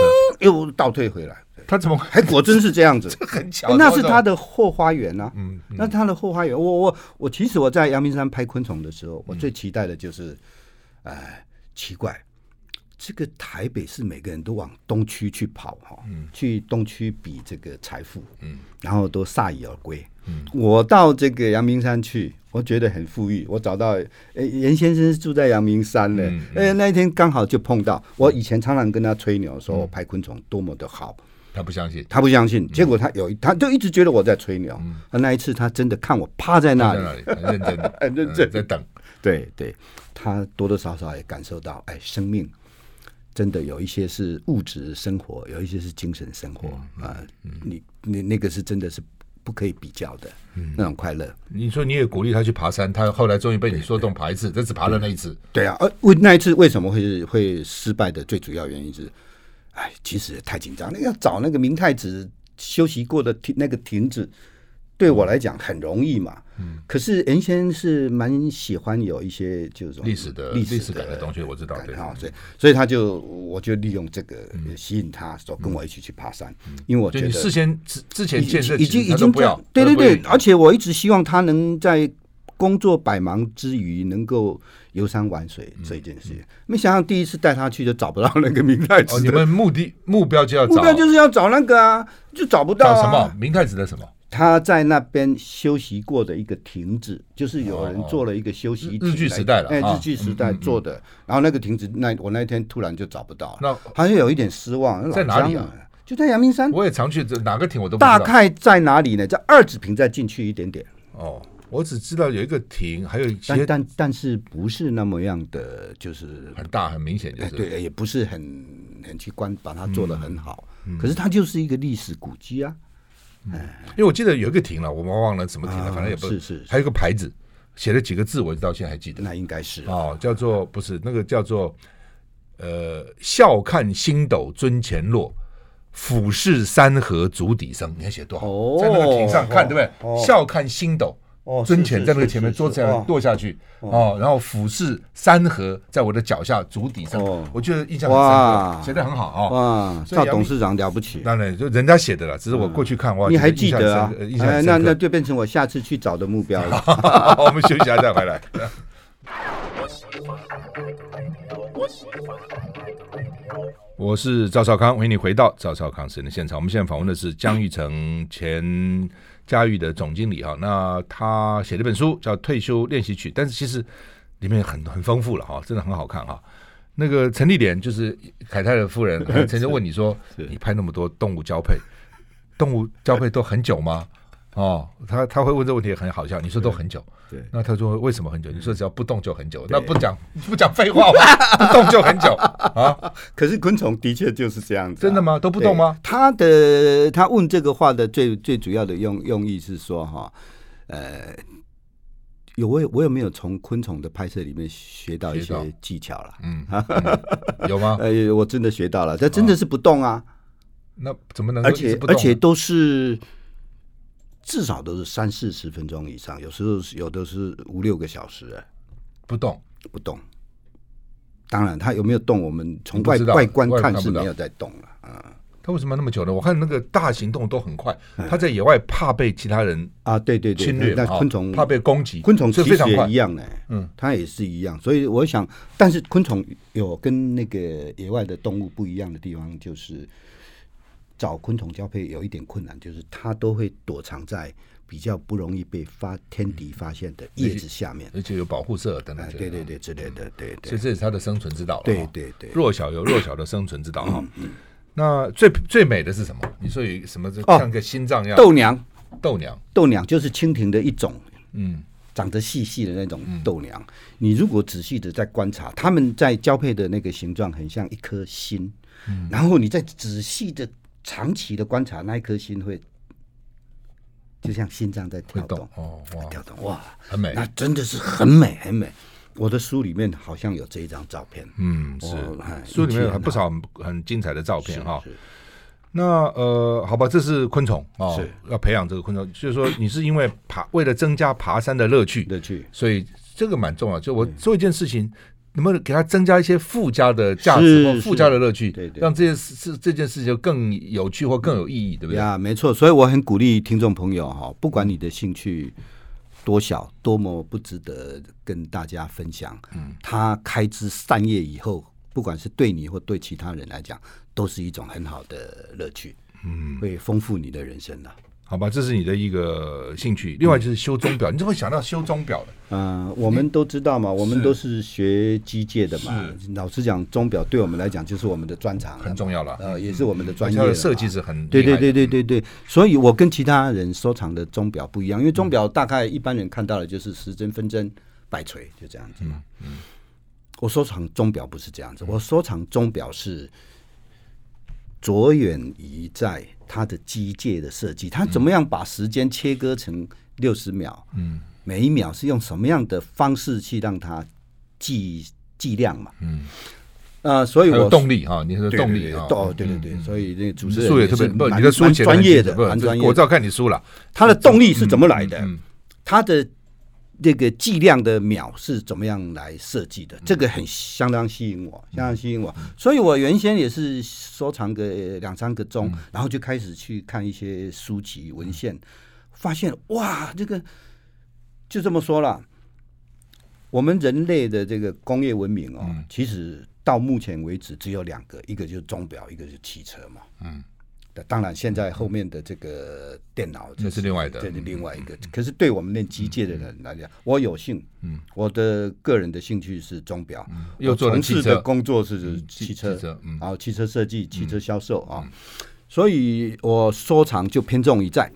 [SPEAKER 2] 又倒退回来，
[SPEAKER 1] 他怎么会
[SPEAKER 2] 还果真是这样子。
[SPEAKER 1] 很巧
[SPEAKER 2] 哎
[SPEAKER 1] 的？
[SPEAKER 2] 那是他
[SPEAKER 1] 的，
[SPEAKER 2] 的后花园呐、
[SPEAKER 1] 嗯，嗯
[SPEAKER 2] 那是他的后花园。我我我，其实我在阳明山拍昆虫的时
[SPEAKER 1] 嗯
[SPEAKER 2] 候，我最期待的就是，哎，奇怪，这个台北市每个人都往东区去跑哈，
[SPEAKER 1] 嗯
[SPEAKER 2] 去东区比这个财富，嗯，然后都铩羽而归。
[SPEAKER 1] 嗯
[SPEAKER 2] 我到这个阳明山去，我觉得很富裕。我找到，呃，严先生是住在阳明山的，
[SPEAKER 1] 嗯
[SPEAKER 2] 呃，那一天刚好就碰到。我以前常常跟他吹牛，说我拍昆虫多么的好，
[SPEAKER 1] 他不相信，
[SPEAKER 2] 他不相信，结果他有一，他就一直觉得我在吹牛。啊那一次他真的看我趴在那
[SPEAKER 1] 他在
[SPEAKER 2] 里，
[SPEAKER 1] 那里很认真，
[SPEAKER 2] 很认真
[SPEAKER 1] 嗯在等。
[SPEAKER 2] 对对，他多多少少也感受到，哎，生命真的有一些是物质生活，有一些是精神生活啊、你你那个是真的是不可以比较的、那种快乐。
[SPEAKER 1] 你说你也鼓励他去爬山，他后来终于被你说动爬一次，这只爬了那一次，
[SPEAKER 2] 对啊，呃，为那一次为什么会会失败的最主要原因是，哎，其实也太紧张，那要找那个明太子休息过的亭那个亭子，对
[SPEAKER 1] 嗯
[SPEAKER 2] 我来讲很容易嘛。嗯，可是原先是蛮喜欢有一些就是
[SPEAKER 1] 历史的
[SPEAKER 2] 历
[SPEAKER 1] 历史
[SPEAKER 2] 史
[SPEAKER 1] 感的东西我知道对
[SPEAKER 2] 感哈，所以所以他就我就利用这个吸引他，说跟我一起去爬山，因为我
[SPEAKER 1] 嗯就
[SPEAKER 2] 觉
[SPEAKER 1] 你
[SPEAKER 2] 得
[SPEAKER 1] 事先之之前
[SPEAKER 2] 已
[SPEAKER 1] 建
[SPEAKER 2] 经
[SPEAKER 1] 设
[SPEAKER 2] 已
[SPEAKER 1] 其
[SPEAKER 2] 经
[SPEAKER 1] 实
[SPEAKER 2] 已
[SPEAKER 1] 他都
[SPEAKER 2] 经
[SPEAKER 1] 不要，他
[SPEAKER 2] 对对
[SPEAKER 1] 都不
[SPEAKER 2] 对
[SPEAKER 1] 理，你
[SPEAKER 2] 而且我一直希望他能在工作百忙之余能够游山玩水
[SPEAKER 1] 嗯
[SPEAKER 2] 这件事情。没想到第一次带他去就找不到那个明太
[SPEAKER 1] 哦，
[SPEAKER 2] 子
[SPEAKER 1] 你
[SPEAKER 2] 的，
[SPEAKER 1] 们目的目标就要
[SPEAKER 2] 目
[SPEAKER 1] 找
[SPEAKER 2] 标就是要找那个啊，就找不到
[SPEAKER 1] 找
[SPEAKER 2] 啊。
[SPEAKER 1] 什么？明太子的什么？
[SPEAKER 2] 他在那边休息过的一个亭子，就是有人做了一个休息亭来
[SPEAKER 1] 哦日剧时代了
[SPEAKER 2] 哎，
[SPEAKER 1] 啊
[SPEAKER 2] 日剧时代做的。然后那个亭子，那我那一天突然就找不到了，
[SPEAKER 1] 那
[SPEAKER 2] 好像有一点失望。
[SPEAKER 1] 在哪里啊
[SPEAKER 2] 老乡？就在阳明山
[SPEAKER 1] 我也常去，这哪个亭我都不知道
[SPEAKER 2] 大概在哪里呢？在二子坪再进去一点点，
[SPEAKER 1] 哦，我只知道有一个亭，还有一
[SPEAKER 2] 但
[SPEAKER 1] 些
[SPEAKER 2] 但但是不是那么样的，就是
[SPEAKER 1] 很大很明显就
[SPEAKER 2] 哎
[SPEAKER 1] 是。
[SPEAKER 2] 对，也不是很很去关，把它做得很好。
[SPEAKER 1] 嗯
[SPEAKER 2] 可是它就是一个历史古迹啊，
[SPEAKER 1] 因为我记得有一个亭了，我们忘了什么亭了，
[SPEAKER 2] 啊
[SPEAKER 1] 反正也不
[SPEAKER 2] 是是是
[SPEAKER 1] 还有一个牌子，写了几个字，我到现在还记得。
[SPEAKER 2] 那应该是啊，
[SPEAKER 1] 哦，叫做不是那个叫做呃，笑看星斗尊前落，俯视山河足底生。你看写多好，
[SPEAKER 2] 哦
[SPEAKER 1] 在那个亭上看，对不对？
[SPEAKER 2] 哦
[SPEAKER 1] 笑看星斗。
[SPEAKER 2] 哦
[SPEAKER 1] 尊
[SPEAKER 2] 是
[SPEAKER 1] 前
[SPEAKER 2] 是哦
[SPEAKER 1] 在那个
[SPEAKER 2] 是
[SPEAKER 1] 前面
[SPEAKER 2] 是
[SPEAKER 1] 桌
[SPEAKER 2] 是
[SPEAKER 1] 子上
[SPEAKER 2] 哇
[SPEAKER 1] 落下去哦，然后俯视山河在我的脚下足底上
[SPEAKER 2] 哦，
[SPEAKER 1] 我觉得印象很深刻，
[SPEAKER 2] 哇
[SPEAKER 1] 写的很好哦。
[SPEAKER 2] 哇，
[SPEAKER 1] 所以
[SPEAKER 2] 赵
[SPEAKER 1] 杨
[SPEAKER 2] 董
[SPEAKER 1] 明
[SPEAKER 2] 事长了不起。
[SPEAKER 1] 当然就人家写的了，只是我过去看哇，
[SPEAKER 2] 你还
[SPEAKER 1] 印
[SPEAKER 2] 记
[SPEAKER 1] 象
[SPEAKER 2] 得啊
[SPEAKER 1] 很深刻？呃印象
[SPEAKER 2] 哎，
[SPEAKER 1] 很
[SPEAKER 2] 那
[SPEAKER 1] 深
[SPEAKER 2] 那
[SPEAKER 1] 刻。
[SPEAKER 2] 就变成我下次去找的目标 了。
[SPEAKER 1] 好我们休息一下再回来。我是赵少康，欢迎你回到赵少康私人的现场。我们现在访问的是江玉成前嘉裕的总经理哈，那他写了一本书叫《退休练习曲》，但是其实里面很很丰富了哈，真的很好看哈。那个陈丽莲就是凯泰的夫人，曾经问你说，你拍那么多动物交配，动物交配都很久吗？哦，他他会问这个问题也很好笑，你说都很久，
[SPEAKER 2] 对对
[SPEAKER 1] 那他说为什么很久？你说只要不动就很久，那不讲不讲废话吗？不 动就很久啊？
[SPEAKER 2] 可是昆虫的确就是这样子啊、
[SPEAKER 1] 真的吗？都不动吗
[SPEAKER 2] 对？？他的他问这个话的最最主要的用用意是说哈，呃，有我有我有没有从昆虫的拍摄里面学到一
[SPEAKER 1] 学到
[SPEAKER 2] 些技巧了？
[SPEAKER 1] 嗯，嗯有吗？
[SPEAKER 2] 呃，我真的学到了，这真的
[SPEAKER 1] 哦
[SPEAKER 2] 是不动啊，
[SPEAKER 1] 那怎么能够
[SPEAKER 2] 而
[SPEAKER 1] 一直
[SPEAKER 2] 且
[SPEAKER 1] 不
[SPEAKER 2] 而
[SPEAKER 1] 动呢
[SPEAKER 2] 且都是至少都是三四十分钟以上，有时候是有的是五六个小时、哎
[SPEAKER 1] 不动，
[SPEAKER 2] 不动。当然，它有没有动，我们从
[SPEAKER 1] 不
[SPEAKER 2] 外
[SPEAKER 1] 知道
[SPEAKER 2] 外观
[SPEAKER 1] 外观
[SPEAKER 2] 看
[SPEAKER 1] 看
[SPEAKER 2] 是
[SPEAKER 1] 不到
[SPEAKER 2] 没有在动了啊。
[SPEAKER 1] 他为什么要那么久呢？我看那个大行动都很快，他在野外怕被其他人
[SPEAKER 2] 啊，对哎对对，
[SPEAKER 1] 侵略嘛，
[SPEAKER 2] 那
[SPEAKER 1] 啊
[SPEAKER 2] 昆虫
[SPEAKER 1] 怕被攻击，
[SPEAKER 2] 昆虫
[SPEAKER 1] 所以
[SPEAKER 2] 其
[SPEAKER 1] 非
[SPEAKER 2] 实
[SPEAKER 1] 常
[SPEAKER 2] 也
[SPEAKER 1] 快
[SPEAKER 2] 一。样呢，
[SPEAKER 1] 嗯，
[SPEAKER 2] 它也是一样，所以我想，但是昆虫有跟那个野外的动物不一样的地方，就是找昆虫交配有一点困难，就是它都会躲藏在比较不容易被发天敌发现的叶子下面，
[SPEAKER 1] 而且有保护色等
[SPEAKER 2] 哎
[SPEAKER 1] 等，，
[SPEAKER 2] 对哦对，对之类的，对
[SPEAKER 1] 所以
[SPEAKER 2] 对
[SPEAKER 1] 这也是他的生存之道了。
[SPEAKER 2] 对
[SPEAKER 1] 哈
[SPEAKER 2] 对对。嗯
[SPEAKER 1] 弱小有弱小的生存之道哈。那最最美的是什么？你说有一个什么就
[SPEAKER 2] 哦
[SPEAKER 1] 像个心脏一样？
[SPEAKER 2] 豆娘，
[SPEAKER 1] 豆娘，
[SPEAKER 2] 豆娘就是蜻蜓的一种，
[SPEAKER 1] 嗯，
[SPEAKER 2] 长得细细的那种豆娘，你如果仔细的在观察，它们在交配的那个形状很像一颗心，
[SPEAKER 1] 嗯
[SPEAKER 2] 然后你再仔细的长期的观察，那一颗心会就像心脏在
[SPEAKER 1] 会
[SPEAKER 2] 跳动
[SPEAKER 1] 动，哦，哎哇，
[SPEAKER 2] 跳动，哇，
[SPEAKER 1] 很美。
[SPEAKER 2] 那真的是很美很美。我的书里面好像有这一张照片，
[SPEAKER 1] 嗯，
[SPEAKER 2] 哦哎
[SPEAKER 1] 是书里面
[SPEAKER 2] 运气
[SPEAKER 1] 有
[SPEAKER 2] 很
[SPEAKER 1] 哦不少很很精彩的照片哈。
[SPEAKER 2] 是
[SPEAKER 1] 那呃，好吧，这是昆虫哦，
[SPEAKER 2] 是
[SPEAKER 1] 要培养这个昆虫，就是说你是因为爬，为了增加爬山的乐趣，
[SPEAKER 2] 乐趣
[SPEAKER 1] 所以这个蛮重要。就我
[SPEAKER 2] 嗯
[SPEAKER 1] 做一件事情，能不能给它增加一些附加的价值
[SPEAKER 2] 是
[SPEAKER 1] 或附加的乐趣，
[SPEAKER 2] 对对
[SPEAKER 1] 让这件事这这件事情就更有趣或更有意义，对不对？
[SPEAKER 2] 呀，没错。所以我很鼓励听众朋友哈，不管你的兴趣多小，多么不值得跟大家分享，嗯，它开枝散叶以后，不管是对你或对其他人来讲，都是一种很好的乐趣，嗯，会丰富你的人生的。
[SPEAKER 1] 好吧，这是你的一个兴趣。另外就是修钟表，你怎么会想到修钟表的？
[SPEAKER 2] 嗯、我们都知道嘛，我们都是学机械的嘛。老实讲，钟表对我们来讲就是我们的专长了嘛，
[SPEAKER 1] 很重要了
[SPEAKER 2] 呃，也是我们的专业
[SPEAKER 1] 它
[SPEAKER 2] 了
[SPEAKER 1] 的
[SPEAKER 2] 嘛
[SPEAKER 1] 设计是很
[SPEAKER 2] 对
[SPEAKER 1] 厉害
[SPEAKER 2] 对
[SPEAKER 1] 的嗯
[SPEAKER 2] 对对对对，所以我跟其他人收藏的钟表不一样，因为钟表大概一般人看到的就是时针、分针、摆锤，就这样子嘛。嗯，我收藏钟表不是这样
[SPEAKER 1] 嗯
[SPEAKER 2] 子，我收藏钟表是着眼于在它的机械的设计，它怎么样把时间切割成六十秒，嗯，每一秒是用什么样的方式去让它计计量嘛？嗯，呃，所以
[SPEAKER 1] 还有
[SPEAKER 2] 我
[SPEAKER 1] 动力啊，你的
[SPEAKER 2] 对
[SPEAKER 1] 动
[SPEAKER 2] 对
[SPEAKER 1] 力
[SPEAKER 2] 对
[SPEAKER 1] 啊，
[SPEAKER 2] 哦，对对对，所以那个主
[SPEAKER 1] 你
[SPEAKER 2] 持
[SPEAKER 1] 的
[SPEAKER 2] 人
[SPEAKER 1] 书也
[SPEAKER 2] 是
[SPEAKER 1] 特别不，
[SPEAKER 2] 蛮
[SPEAKER 1] 你的书
[SPEAKER 2] 蛮
[SPEAKER 1] 写得
[SPEAKER 2] 专
[SPEAKER 1] 很
[SPEAKER 2] 业
[SPEAKER 1] 清
[SPEAKER 2] 的，
[SPEAKER 1] 楚不
[SPEAKER 2] 蛮专业
[SPEAKER 1] 我知
[SPEAKER 2] 的。
[SPEAKER 1] 道看你书了，
[SPEAKER 2] 他的动力是怎么来的？
[SPEAKER 1] 嗯
[SPEAKER 2] 他的那个计量的秒是怎么样来设计
[SPEAKER 1] 嗯
[SPEAKER 2] 的？这个很相当吸引我，相当吸引我。所以我原先也是收藏个呃两三个钟，
[SPEAKER 1] 嗯
[SPEAKER 2] 然后就开始去看一些书籍文献，发现哇，这个就这么说了。我们人类的这个工业文明哦，
[SPEAKER 1] 嗯
[SPEAKER 2] 其实到目前为止只有两个，一个就是钟表，一个就是汽车嘛。嗯，当然现在后面的这个电脑
[SPEAKER 1] 那嗯是另外的嗯
[SPEAKER 2] 这是另外一个。可是对我们练机械的人来讲，我有幸，嗯，我的个人的兴趣是钟表，
[SPEAKER 1] 嗯又做
[SPEAKER 2] 我
[SPEAKER 1] 了
[SPEAKER 2] 嗯哦从
[SPEAKER 1] 汽
[SPEAKER 2] 事
[SPEAKER 1] 车
[SPEAKER 2] 的工作是
[SPEAKER 1] 汽
[SPEAKER 2] 汽车，啊
[SPEAKER 1] 汽车嗯
[SPEAKER 2] 然后汽车设计、汽车销售啊，所以我收藏就偏重于在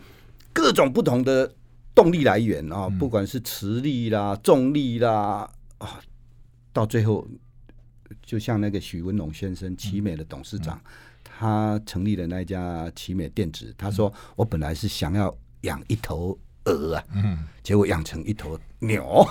[SPEAKER 2] 各种不同的动力来源啊，不管是磁力啦、重力啦啊，到最后，就像那个许文龙先生，奇美的董事长，他成立了那一家奇美电子，他说我本来是想要养一头鹅啊，嗯，结果养成一头牛。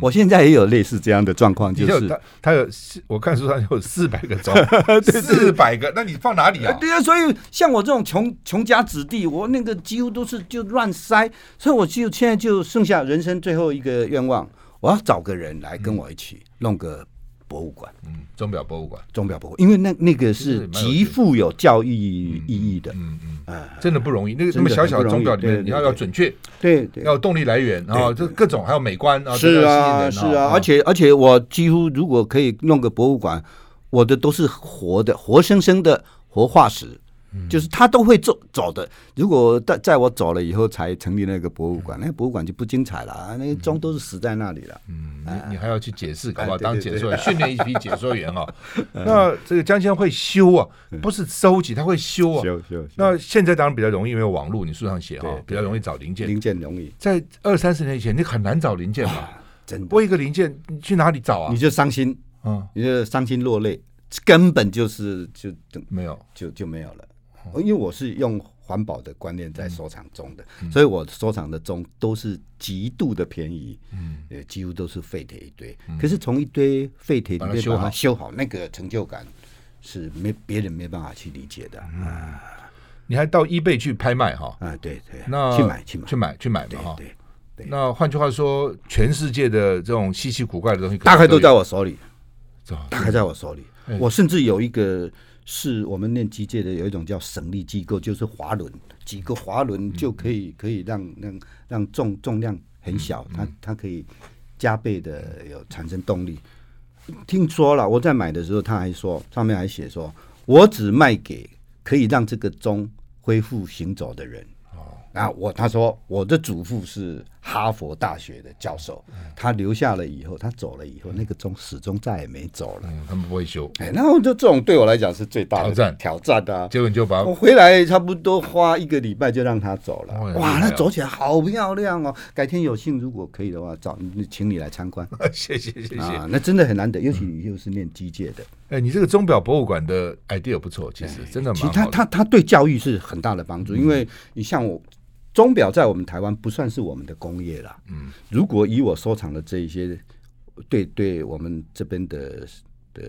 [SPEAKER 2] 我现在也有类似这样的状况，
[SPEAKER 1] 你
[SPEAKER 2] 就
[SPEAKER 1] 有
[SPEAKER 2] 是
[SPEAKER 1] 他他有四，我看书上有四百个 钟，四百个，那你放哪里
[SPEAKER 2] 呃
[SPEAKER 1] 啊？
[SPEAKER 2] 对啊，所以像我这种穷穷家子弟，我那个几乎都是就乱塞，所以我就现在就剩下人生最后一个愿望，我要找个人来跟我一起弄个博物馆，
[SPEAKER 1] 嗯，钟表博物馆，
[SPEAKER 2] 钟表博物馆，因为那那个是
[SPEAKER 1] 是蛮有趣
[SPEAKER 2] 极
[SPEAKER 1] 的
[SPEAKER 2] 富有教育意义的。
[SPEAKER 1] 嗯嗯，
[SPEAKER 2] 啊，
[SPEAKER 1] 真的不容易。那个那
[SPEAKER 2] 真
[SPEAKER 1] 么
[SPEAKER 2] 的
[SPEAKER 1] 小小
[SPEAKER 2] 很
[SPEAKER 1] 的
[SPEAKER 2] 不
[SPEAKER 1] 钟
[SPEAKER 2] 容易
[SPEAKER 1] 表里
[SPEAKER 2] 对
[SPEAKER 1] 面，
[SPEAKER 2] 对
[SPEAKER 1] 你要有
[SPEAKER 2] 对
[SPEAKER 1] 准确，
[SPEAKER 2] 对对，
[SPEAKER 1] 要有动力来源啊，这各种还有美观啊，
[SPEAKER 2] 是
[SPEAKER 1] 这都
[SPEAKER 2] 啊
[SPEAKER 1] 要吸
[SPEAKER 2] 是
[SPEAKER 1] 引人
[SPEAKER 2] 啊，而且而且我几乎如果可以弄个博物馆，我的都是活的，活生生的活化石，
[SPEAKER 1] 嗯
[SPEAKER 2] 就是它都会走走的。如果在在我走了以后才成立那个博物馆，那个博物馆就不精彩了啊，那个钟都是死在那里了。
[SPEAKER 1] 嗯你你还要去解释，搞不好
[SPEAKER 2] 哎对
[SPEAKER 1] 当
[SPEAKER 2] 对
[SPEAKER 1] 解
[SPEAKER 2] 对
[SPEAKER 1] 说员，训练一批解说员 啊。那这个江先生会修啊，
[SPEAKER 2] 嗯
[SPEAKER 1] 不是收集，他会修啊。
[SPEAKER 2] 修
[SPEAKER 1] 那现在当然比较容易，因为有网络，你书上写
[SPEAKER 2] 对
[SPEAKER 1] 哈
[SPEAKER 2] 对，
[SPEAKER 1] 比较容易找零件。
[SPEAKER 2] 零件容易，
[SPEAKER 1] 在二三十年以前，你很难找零件嘛，
[SPEAKER 2] 真的
[SPEAKER 1] 为一个零件你去哪里找啊
[SPEAKER 2] 你？就伤心，
[SPEAKER 1] 嗯，
[SPEAKER 2] 你就伤心落泪，根本就是就等
[SPEAKER 1] 没有。
[SPEAKER 2] 就就没有了。
[SPEAKER 1] 嗯
[SPEAKER 2] 因为我是用环保的观念在收藏钟的，
[SPEAKER 1] 嗯
[SPEAKER 2] 所以我收藏的钟都是极度的便宜，嗯，呃，几乎都是废铁一堆。可是从一堆废铁里
[SPEAKER 1] 嗯把它
[SPEAKER 2] 面
[SPEAKER 1] 修
[SPEAKER 2] 把它
[SPEAKER 1] 好
[SPEAKER 2] 修好，那个成就感是没别人没办法去理解的。
[SPEAKER 1] 嗯
[SPEAKER 2] 啊
[SPEAKER 1] 你还到 eBay 去拍卖哈？
[SPEAKER 2] 啊，对对，
[SPEAKER 1] 那
[SPEAKER 2] 去买去买
[SPEAKER 1] 去，买去买嘛
[SPEAKER 2] 对
[SPEAKER 1] 哈。
[SPEAKER 2] 对，
[SPEAKER 1] 那换句话说，全世界的这种稀奇古怪的东西，
[SPEAKER 2] 大概都在我手里，
[SPEAKER 1] 走。
[SPEAKER 2] 大概在我手里。我甚至有一个是我们念机械的，有一种叫省力机构，就是滑轮，几个滑轮就可以可以让让让重重量很小，它它可以加倍的有产生动力。听说了，我在买的时候，他还说上面还写说，我只卖给可以让这个钟恢复行走的人。啊，我他说我的祖父是哈佛大学的教授，他留下了以后，他走了以后，那个钟始终再也没走了。
[SPEAKER 1] 嗯，他们不会修，
[SPEAKER 2] 哎，那我就这种对我来讲是最大的
[SPEAKER 1] 挑战
[SPEAKER 2] 挑战啊！
[SPEAKER 1] 结果你就把
[SPEAKER 2] 我回来差不多花一个礼拜就让它走了
[SPEAKER 1] 哦，
[SPEAKER 2] 哇，
[SPEAKER 1] 厉害
[SPEAKER 2] 它
[SPEAKER 1] 啊
[SPEAKER 2] 走起来好漂亮哦！改天有幸如果可以的话，找请你来参观
[SPEAKER 1] 谢谢谢谢。
[SPEAKER 2] 啊，那真的很难得，尤其你又是念机械的，
[SPEAKER 1] 哎，你这个钟表博物馆的 idea 不错，其实真的
[SPEAKER 2] 哎其实
[SPEAKER 1] 蛮
[SPEAKER 2] 它
[SPEAKER 1] 好的。嗯
[SPEAKER 2] 它它对教育是很大的帮助，因为你像我钟表在我们台湾不算是我们的工业啦，嗯，如果以我收藏的这一些，对对我们这边的的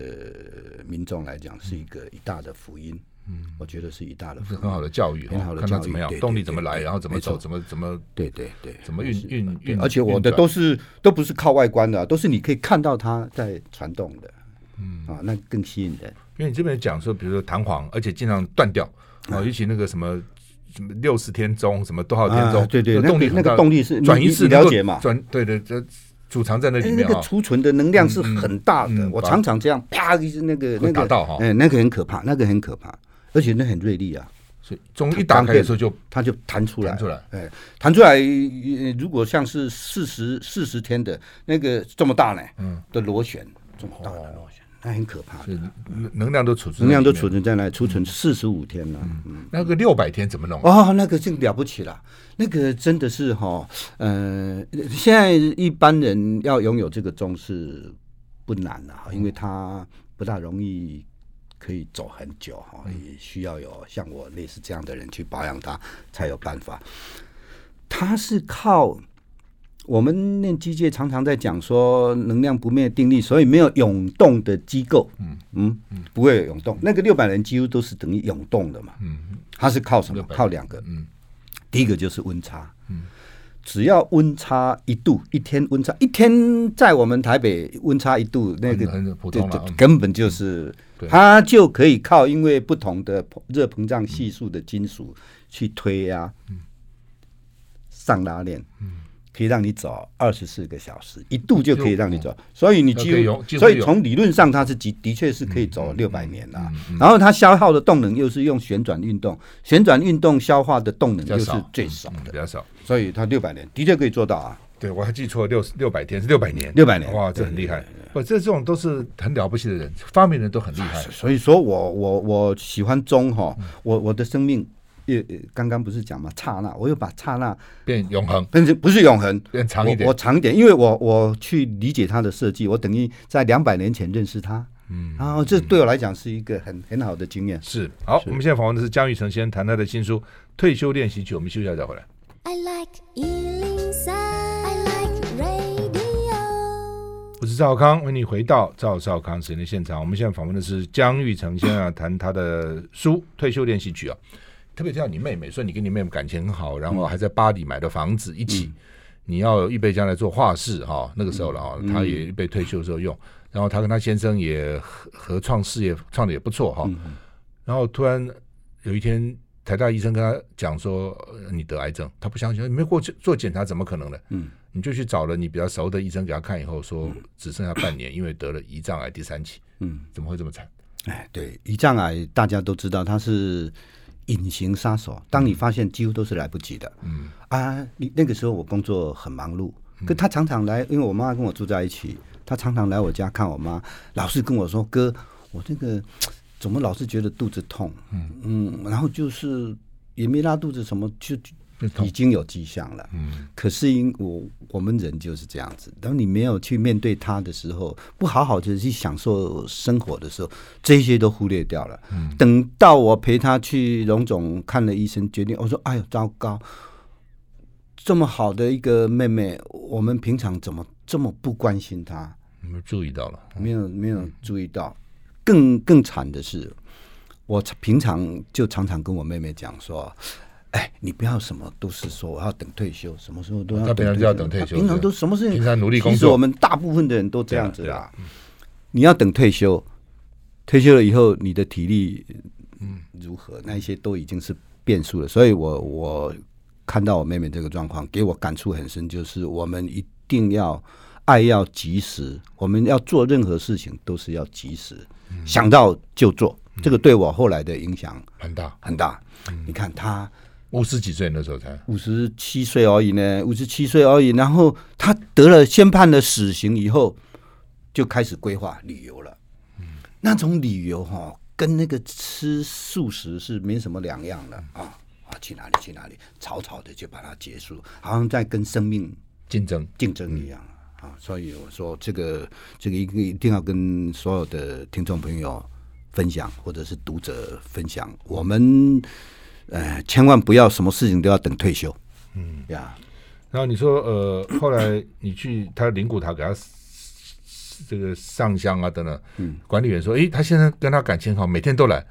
[SPEAKER 2] 民众来讲是一个一大的福音，嗯，我觉得是一大的
[SPEAKER 1] 是
[SPEAKER 2] 福
[SPEAKER 1] 很
[SPEAKER 2] 音。
[SPEAKER 1] 好的教育，
[SPEAKER 2] 很好的
[SPEAKER 1] 看他
[SPEAKER 2] 教育
[SPEAKER 1] 怎么样
[SPEAKER 2] 对，对
[SPEAKER 1] 动力
[SPEAKER 2] 对
[SPEAKER 1] 怎么来，
[SPEAKER 2] 对
[SPEAKER 1] 然后怎么
[SPEAKER 2] 没
[SPEAKER 1] 走，
[SPEAKER 2] 错
[SPEAKER 1] 怎么怎么
[SPEAKER 2] 对对对，
[SPEAKER 1] 怎么运
[SPEAKER 2] 是
[SPEAKER 1] 运
[SPEAKER 2] 对
[SPEAKER 1] 运
[SPEAKER 2] 而且我
[SPEAKER 1] 运
[SPEAKER 2] 的
[SPEAKER 1] 转
[SPEAKER 2] 都是都不是靠外观的啊、都是你可以看到它在传动的，嗯啊，那更吸引人。
[SPEAKER 1] 因为你这边讲说，比如说弹簧，而且经常断掉，
[SPEAKER 2] 嗯
[SPEAKER 1] 啊，尤其那个什么什么六十天钟，什么多少天
[SPEAKER 2] 啊
[SPEAKER 1] 钟，
[SPEAKER 2] 对对
[SPEAKER 1] 那
[SPEAKER 2] 那
[SPEAKER 1] 动
[SPEAKER 2] 个
[SPEAKER 1] 力很
[SPEAKER 2] 那个
[SPEAKER 1] 大
[SPEAKER 2] 动力是你
[SPEAKER 1] 转移
[SPEAKER 2] 你
[SPEAKER 1] 式
[SPEAKER 2] 你
[SPEAKER 1] 能够
[SPEAKER 2] 了解嘛
[SPEAKER 1] 转对对，这储藏在那里
[SPEAKER 2] 哎，那
[SPEAKER 1] 面
[SPEAKER 2] 个
[SPEAKER 1] 啊，
[SPEAKER 2] 储存的能量是很大的，
[SPEAKER 1] 嗯嗯
[SPEAKER 2] 我
[SPEAKER 1] 把
[SPEAKER 2] 常常这样啪，就是那个
[SPEAKER 1] 会
[SPEAKER 2] 那
[SPEAKER 1] 打
[SPEAKER 2] 个，
[SPEAKER 1] 到哦哈
[SPEAKER 2] 哎，那个很可怕，那个很可怕，而且那很锐利啊，
[SPEAKER 1] 所以钟一打开的时候就
[SPEAKER 2] 它就弹出来，
[SPEAKER 1] 弹出来，
[SPEAKER 2] 哎，弹出来，呃如果像是四十四十天的那个这么大呢，嗯，的螺旋，这么大
[SPEAKER 1] 哦
[SPEAKER 2] 的螺旋，那很可怕的，
[SPEAKER 1] 所以能能量都储存，
[SPEAKER 2] 能量都储。存在那里，储存四十五天了、嗯
[SPEAKER 1] 那个六百天怎么弄？啊
[SPEAKER 2] 哦，那个真了不起了，那个真的是哈、呃，现在一般人要拥有这个钟是不难的、哈，因为它不大容易可以走很久哈、也需要有像我类似这样的人去保养它才有办法。它是靠我们念机械常常在讲说能量不灭定律，所以没有涌动的机构，嗯嗯，不会有涌动。那个六百人几乎都是等于涌动的嘛，
[SPEAKER 1] 嗯，
[SPEAKER 2] 它是靠什么？
[SPEAKER 1] 600
[SPEAKER 2] 靠两个，
[SPEAKER 1] 嗯，
[SPEAKER 2] 第一个就是温差，嗯，只要温差一度，一天温差一天，在我们台北温差一度，那个
[SPEAKER 1] 很很普
[SPEAKER 2] 这
[SPEAKER 1] 通了
[SPEAKER 2] 这
[SPEAKER 1] 嗯
[SPEAKER 2] 根本就是
[SPEAKER 1] 对
[SPEAKER 2] 它就可以靠因为不同的膨热膨胀系数的金属去推压，
[SPEAKER 1] 嗯
[SPEAKER 2] 上拉链，可以让你走二十四个小时，一度就可以让你走，所以你
[SPEAKER 1] 那嗯可以
[SPEAKER 2] 几
[SPEAKER 1] 用
[SPEAKER 2] 乎
[SPEAKER 1] 几，乎
[SPEAKER 2] 所以
[SPEAKER 1] 有嗯
[SPEAKER 2] 从理论上它是的的确是可以走六百年啦、然后它消耗的动能又是用旋转运动，旋转运动消化的动能
[SPEAKER 1] 比较
[SPEAKER 2] 又是
[SPEAKER 1] 少
[SPEAKER 2] 最少
[SPEAKER 1] 嗯比
[SPEAKER 2] 的，
[SPEAKER 1] 较少。
[SPEAKER 2] 所以它六百年的确可以做到啊。
[SPEAKER 1] 对我还记错，六六百天是六百年，
[SPEAKER 2] 600年
[SPEAKER 1] 哇，这很厉害。不，这这种都是很了不起的人，发明人都很厉害。
[SPEAKER 2] 哎所以说我我我喜欢钟哈，
[SPEAKER 1] 嗯
[SPEAKER 2] 我我的生命。呃，呃刚刚不是讲嘛，刹那，我又把刹那
[SPEAKER 1] 变永恒，
[SPEAKER 2] 不是不是永恒，
[SPEAKER 1] 变长一点
[SPEAKER 2] 我我长一点，因为我我去理解它的设计，我等于在两百年前认识它，嗯，然后这对我来讲是一个很很好的经验。
[SPEAKER 1] 是好。我们现在访问的是江玉成先生谈他的新书《退休练习曲》，我们休息一下再回来。
[SPEAKER 3] I like Ealing Sound. I like radio.
[SPEAKER 1] 我是赵康，为你回到赵少康时间的现场。我们现在访问的是江玉成先生啊，谈他的书《退休练习曲》啊，特别提到你妹妹，说你跟你妹妹感情很好，然后还在巴黎买的房子一起，你要预备将来做画室哈、那个时候了啊，她也预备退休的时候用，然后她跟她先生也合合创事业，创的也不错哈、
[SPEAKER 2] 嗯
[SPEAKER 1] 然后突然有一天，台大医生跟他讲说呃你得癌症，他不相信，你没有过去做检查，怎么可能呢？嗯，你就去找了你比较熟的医生给他看，以后说只剩下半年，因为得了胰脏癌第三期，
[SPEAKER 2] 嗯，
[SPEAKER 1] 怎么会这么惨？
[SPEAKER 2] 哎，对，胰脏癌大家都知道它是隐形杀手，当你发现几乎都是来不及的。嗯啊，你那个时候我工作很忙碌，可他常常来，因为我妈跟我住在一起，他常常来我家看我妈，老是跟我说哥，我这个怎么老是觉得肚子痛？嗯嗯，然后就是也没拉肚子什么，就就
[SPEAKER 1] 就痛
[SPEAKER 2] 已经有迹象了。嗯，可是因我我们人就是这样子，当你没有去面对它的时候，不好好的去享受生活的时候，这些都忽略掉了。嗯，等到我陪他去荣总看了医生，决定我说：“哎呦，糟糕！这么好的一个妹妹，我们平常怎么这么不关心她？”
[SPEAKER 1] 你们注意到了，
[SPEAKER 2] 没有没
[SPEAKER 1] 嗯
[SPEAKER 2] 有注意到。更更惨的是，我平常就常常跟我妹妹讲说。哎，你不要什么都是说我要等退休，什么时候都要
[SPEAKER 1] 她
[SPEAKER 2] 等
[SPEAKER 1] 平
[SPEAKER 2] 退
[SPEAKER 1] 常就
[SPEAKER 2] 休。
[SPEAKER 1] 要等退休
[SPEAKER 2] 她平常
[SPEAKER 1] 对
[SPEAKER 2] 都什么事情？
[SPEAKER 1] 平常努力工
[SPEAKER 2] 其实
[SPEAKER 1] 作
[SPEAKER 2] 我们大部分的人都这样子
[SPEAKER 1] 对啊
[SPEAKER 2] 啦。你要等退休，退休了以后，你的体力嗯如何，那一些都已经是变数了。所以我我看到我妹妹这个状况，给我感触很深，就是我们一定要爱要及时，我们要做任何事情都是要及时，想到就做。这个对我后来的影响
[SPEAKER 1] 很大，
[SPEAKER 2] 很大。
[SPEAKER 1] 嗯
[SPEAKER 2] 你看她
[SPEAKER 1] 五十几岁那时候才，
[SPEAKER 2] 五十七岁而已呢，五十七岁而已。然后他得了先判了死刑以后，就开始规划旅游了。那种旅游哈、跟那个吃素食是没什么两样的啊啊，去哪里去哪里，草草的就把它结束，好像在跟生命
[SPEAKER 1] 竞争
[SPEAKER 2] 竞争一样啊。所以我说这个这个一个一定要跟所有的听众朋友分享，或者是读者分享，我们呃千万不要什么事情都要等退休。嗯呀，
[SPEAKER 1] 然后你说，呃， 后来你去他灵骨塔给他
[SPEAKER 2] 嗯
[SPEAKER 1] 这个上香啊等等，管理员说，诶，他先生跟他感情好，每天都来。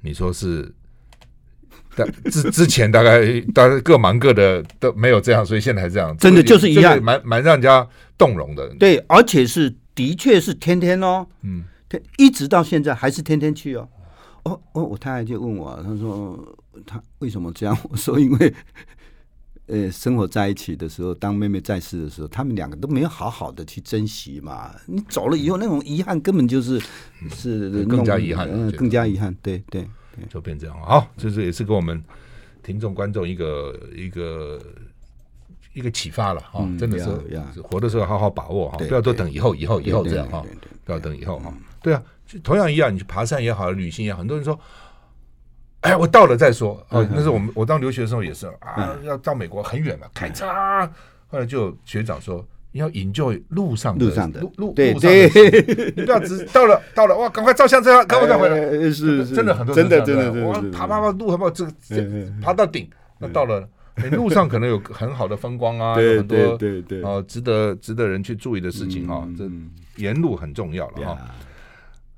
[SPEAKER 1] 你说是， 但之之前大概大家各忙各的，都没有这样，所以现在还这样，
[SPEAKER 2] 真的就是一样
[SPEAKER 1] 这个蛮蛮让人家动容的。，
[SPEAKER 2] 对，而且是的确是天天哦，
[SPEAKER 1] 嗯，
[SPEAKER 2] 天一直到现在还是天天去哦。哦哦，我太太就问我，她说她为什么这样？我说因为， 呃，生活在一起的时候，当妹妹在世的时候，他们两个都没有好好的去珍惜嘛。你走了以后，那种遗憾根本就是是
[SPEAKER 1] 更
[SPEAKER 2] 弄
[SPEAKER 1] 加遗憾
[SPEAKER 2] 嗯、
[SPEAKER 1] 我觉得
[SPEAKER 2] 更加遗憾。对对，
[SPEAKER 1] 就变这样。好，这是也是给我们听众观众一个一个一个启发了哈、
[SPEAKER 2] 嗯
[SPEAKER 1] 真的是
[SPEAKER 2] 呀呀
[SPEAKER 1] 活的时候好好把握哈、
[SPEAKER 2] 对
[SPEAKER 1] 不要都等以后以后以后
[SPEAKER 2] 对
[SPEAKER 1] 这样哈、
[SPEAKER 2] 对对对对
[SPEAKER 1] 不要等以后
[SPEAKER 2] 嗯
[SPEAKER 1] 哈、对啊，就同样一样，你去爬山也好，旅行也好，很多人说。哎，我到了再说。
[SPEAKER 2] 嗯
[SPEAKER 1] 哦，那是我们我当留学的时候也是啊，要到美国很远嘛，开车啊。后来就有学长说，你要 enjoy 路上的
[SPEAKER 2] 路上的
[SPEAKER 1] 路路
[SPEAKER 2] 对
[SPEAKER 1] 路上的
[SPEAKER 2] 对
[SPEAKER 1] 事情，你不要 只到了到了哇，赶快照相照相，赶快再回来。
[SPEAKER 2] 呃是是
[SPEAKER 1] 真的很多
[SPEAKER 2] 真的
[SPEAKER 1] 人这
[SPEAKER 2] 真
[SPEAKER 1] 样
[SPEAKER 2] 的真
[SPEAKER 1] 我
[SPEAKER 2] 的是
[SPEAKER 1] 爬爬爬路，还不好这个这
[SPEAKER 2] 嗯嗯
[SPEAKER 1] 爬到顶，那到了。哎路上可能有很好的风光啊，
[SPEAKER 2] 对
[SPEAKER 1] 有很多
[SPEAKER 2] 对对对
[SPEAKER 1] 哦，值得值得人去注意的事情哈
[SPEAKER 2] 嗯，
[SPEAKER 1] 这啊
[SPEAKER 2] 嗯
[SPEAKER 1] 沿路很重要了哦哈。
[SPEAKER 2] 呀？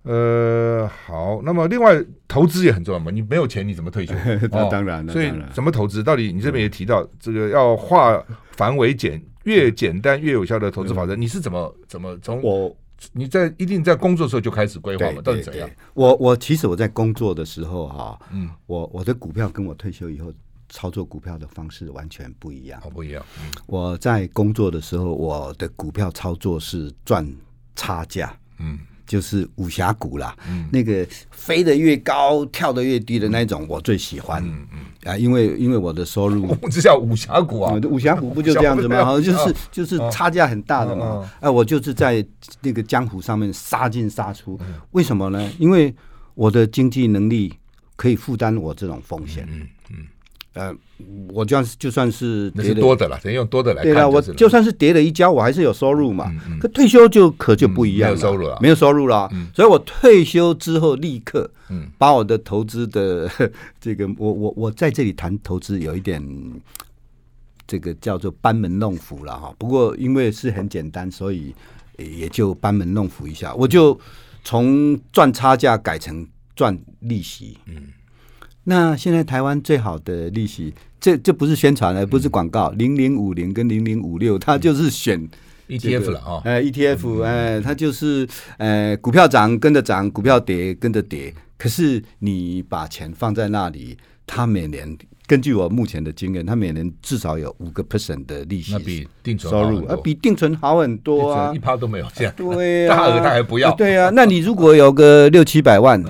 [SPEAKER 1] 呃，好，那么另外投资也很重要嘛，你没有钱你怎么退休
[SPEAKER 2] 那
[SPEAKER 1] 哦
[SPEAKER 2] 当然那
[SPEAKER 1] 所以
[SPEAKER 2] 当然
[SPEAKER 1] 怎么投资？到底你这边也提到这个要化繁为简，越简单越有效的投资法则，你是怎么怎么从
[SPEAKER 2] 我
[SPEAKER 1] 你在一定在工作的时候就开始规划
[SPEAKER 2] 对
[SPEAKER 1] 嘛？到
[SPEAKER 2] 对
[SPEAKER 1] 底怎样
[SPEAKER 2] 对？，我我其实我在工作的时候哈、
[SPEAKER 1] 嗯，
[SPEAKER 2] 我我的股票跟我退休以后操作股票的方式完全不一样
[SPEAKER 1] 好。不一样，嗯
[SPEAKER 2] 我在工作的时候，我的股票操作是赚差价，
[SPEAKER 1] 嗯。
[SPEAKER 2] 就是武侠股啦，那个飞得越高，跳得越低的那种，我最喜欢。嗯嗯啊，因为因为我的收入
[SPEAKER 1] 我们这叫武侠谷啊
[SPEAKER 2] 啊，，武侠股不就这样子
[SPEAKER 1] 武
[SPEAKER 2] 吗？
[SPEAKER 1] 侠
[SPEAKER 2] 哈，
[SPEAKER 1] 股
[SPEAKER 2] 就
[SPEAKER 1] 对啊
[SPEAKER 2] 是就是差价很大的
[SPEAKER 1] 嗯
[SPEAKER 2] 嘛。哎，我就是在那个江湖上面杀进杀出，
[SPEAKER 1] 嗯
[SPEAKER 2] 为什么呢？因为我的经济能力可以负担我这种风险。嗯嗯，呃，我就算就算是
[SPEAKER 1] 那
[SPEAKER 2] 跌
[SPEAKER 1] 是
[SPEAKER 2] 了，
[SPEAKER 1] 多的了，等于用多的来看
[SPEAKER 2] 对啦，我
[SPEAKER 1] 是
[SPEAKER 2] 就
[SPEAKER 1] 了嗯
[SPEAKER 2] 算是跌了一跤，我还是有收入嘛。可退休就可就不一样
[SPEAKER 1] 嗯没有收入了
[SPEAKER 2] 没有收入了。所以我退休之后立刻
[SPEAKER 1] 嗯
[SPEAKER 2] 把我的投资的 这个，我我我在这里谈投资有一点。这个叫做班门弄斧了哈，不过因为是很简单，所以呃也就班门弄斧一下。我就从赚差价改成赚利息，
[SPEAKER 1] 嗯
[SPEAKER 2] 那现在台湾最好的利息，这这不是宣传的，不是广
[SPEAKER 1] 嗯
[SPEAKER 2] 告，零零五零跟零零五六，它就是选这个
[SPEAKER 1] ETF 了啊，
[SPEAKER 2] 呃，ETF，哎，它就是呃，股票涨跟着涨，股票跌跟着跌。可是你把钱放在那里，它每年根据我目前的经验，它每年至少有五个 percent 的利息
[SPEAKER 1] 那比定存
[SPEAKER 2] 收入，啊，比定存好很多啊
[SPEAKER 1] 一。趴都没有，这样
[SPEAKER 2] 对啊，
[SPEAKER 1] 大额他还不要嗯
[SPEAKER 2] 对啊，那你如果有个六七百万，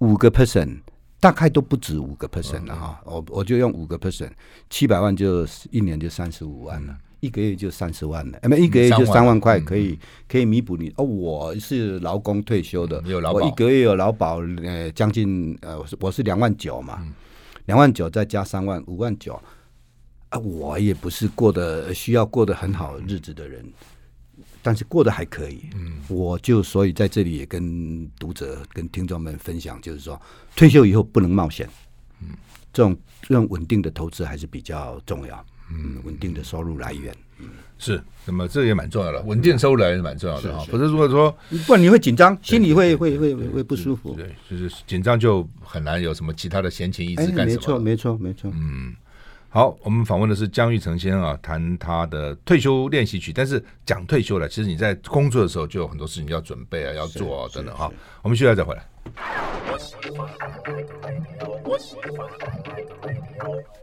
[SPEAKER 2] 五个 percent，大概都不止五个 percent
[SPEAKER 1] 嗯
[SPEAKER 2] 了哈。我我就用五个 percent，七百万就一年就三十五万了。一个月就三十万了，哎，没一个月就
[SPEAKER 1] 嗯三万嗯
[SPEAKER 2] 三万块，可以可以弥补你哦。我是劳工退休的，
[SPEAKER 1] 嗯有劳保
[SPEAKER 2] 我一个月有劳保，呃，将近呃，我是我是两万九嘛，
[SPEAKER 1] 嗯
[SPEAKER 2] 两万九再加三万，五万九啊，我也不是过得呃需要过得很好的日子的人，但是过得还可以。嗯，我就所以在这里也跟读者、跟听众们分享，就是说退休以后不能冒险。嗯，这种这种稳定的投资还是比较重要。嗯，稳定的收入来源，
[SPEAKER 1] 是，那么这也蛮重要的，稳定收入来源蛮重要的啊，
[SPEAKER 2] 是
[SPEAKER 1] 否则如果说
[SPEAKER 2] 不然你会紧张，心里会会会会不舒服。
[SPEAKER 1] 对，就是紧张就很难有什么其他的闲情逸
[SPEAKER 2] 哎，
[SPEAKER 1] 致干
[SPEAKER 2] 没
[SPEAKER 1] 什么嗯
[SPEAKER 2] 错，
[SPEAKER 1] 了。
[SPEAKER 2] 没错，没错。
[SPEAKER 1] 好，我们访问的是江玉成先生啊，谈他的退休练习曲。但是讲退休了，其实你在工作的时候就有很多事情要准备啊，要做啊，等等哈。我们需要再回来。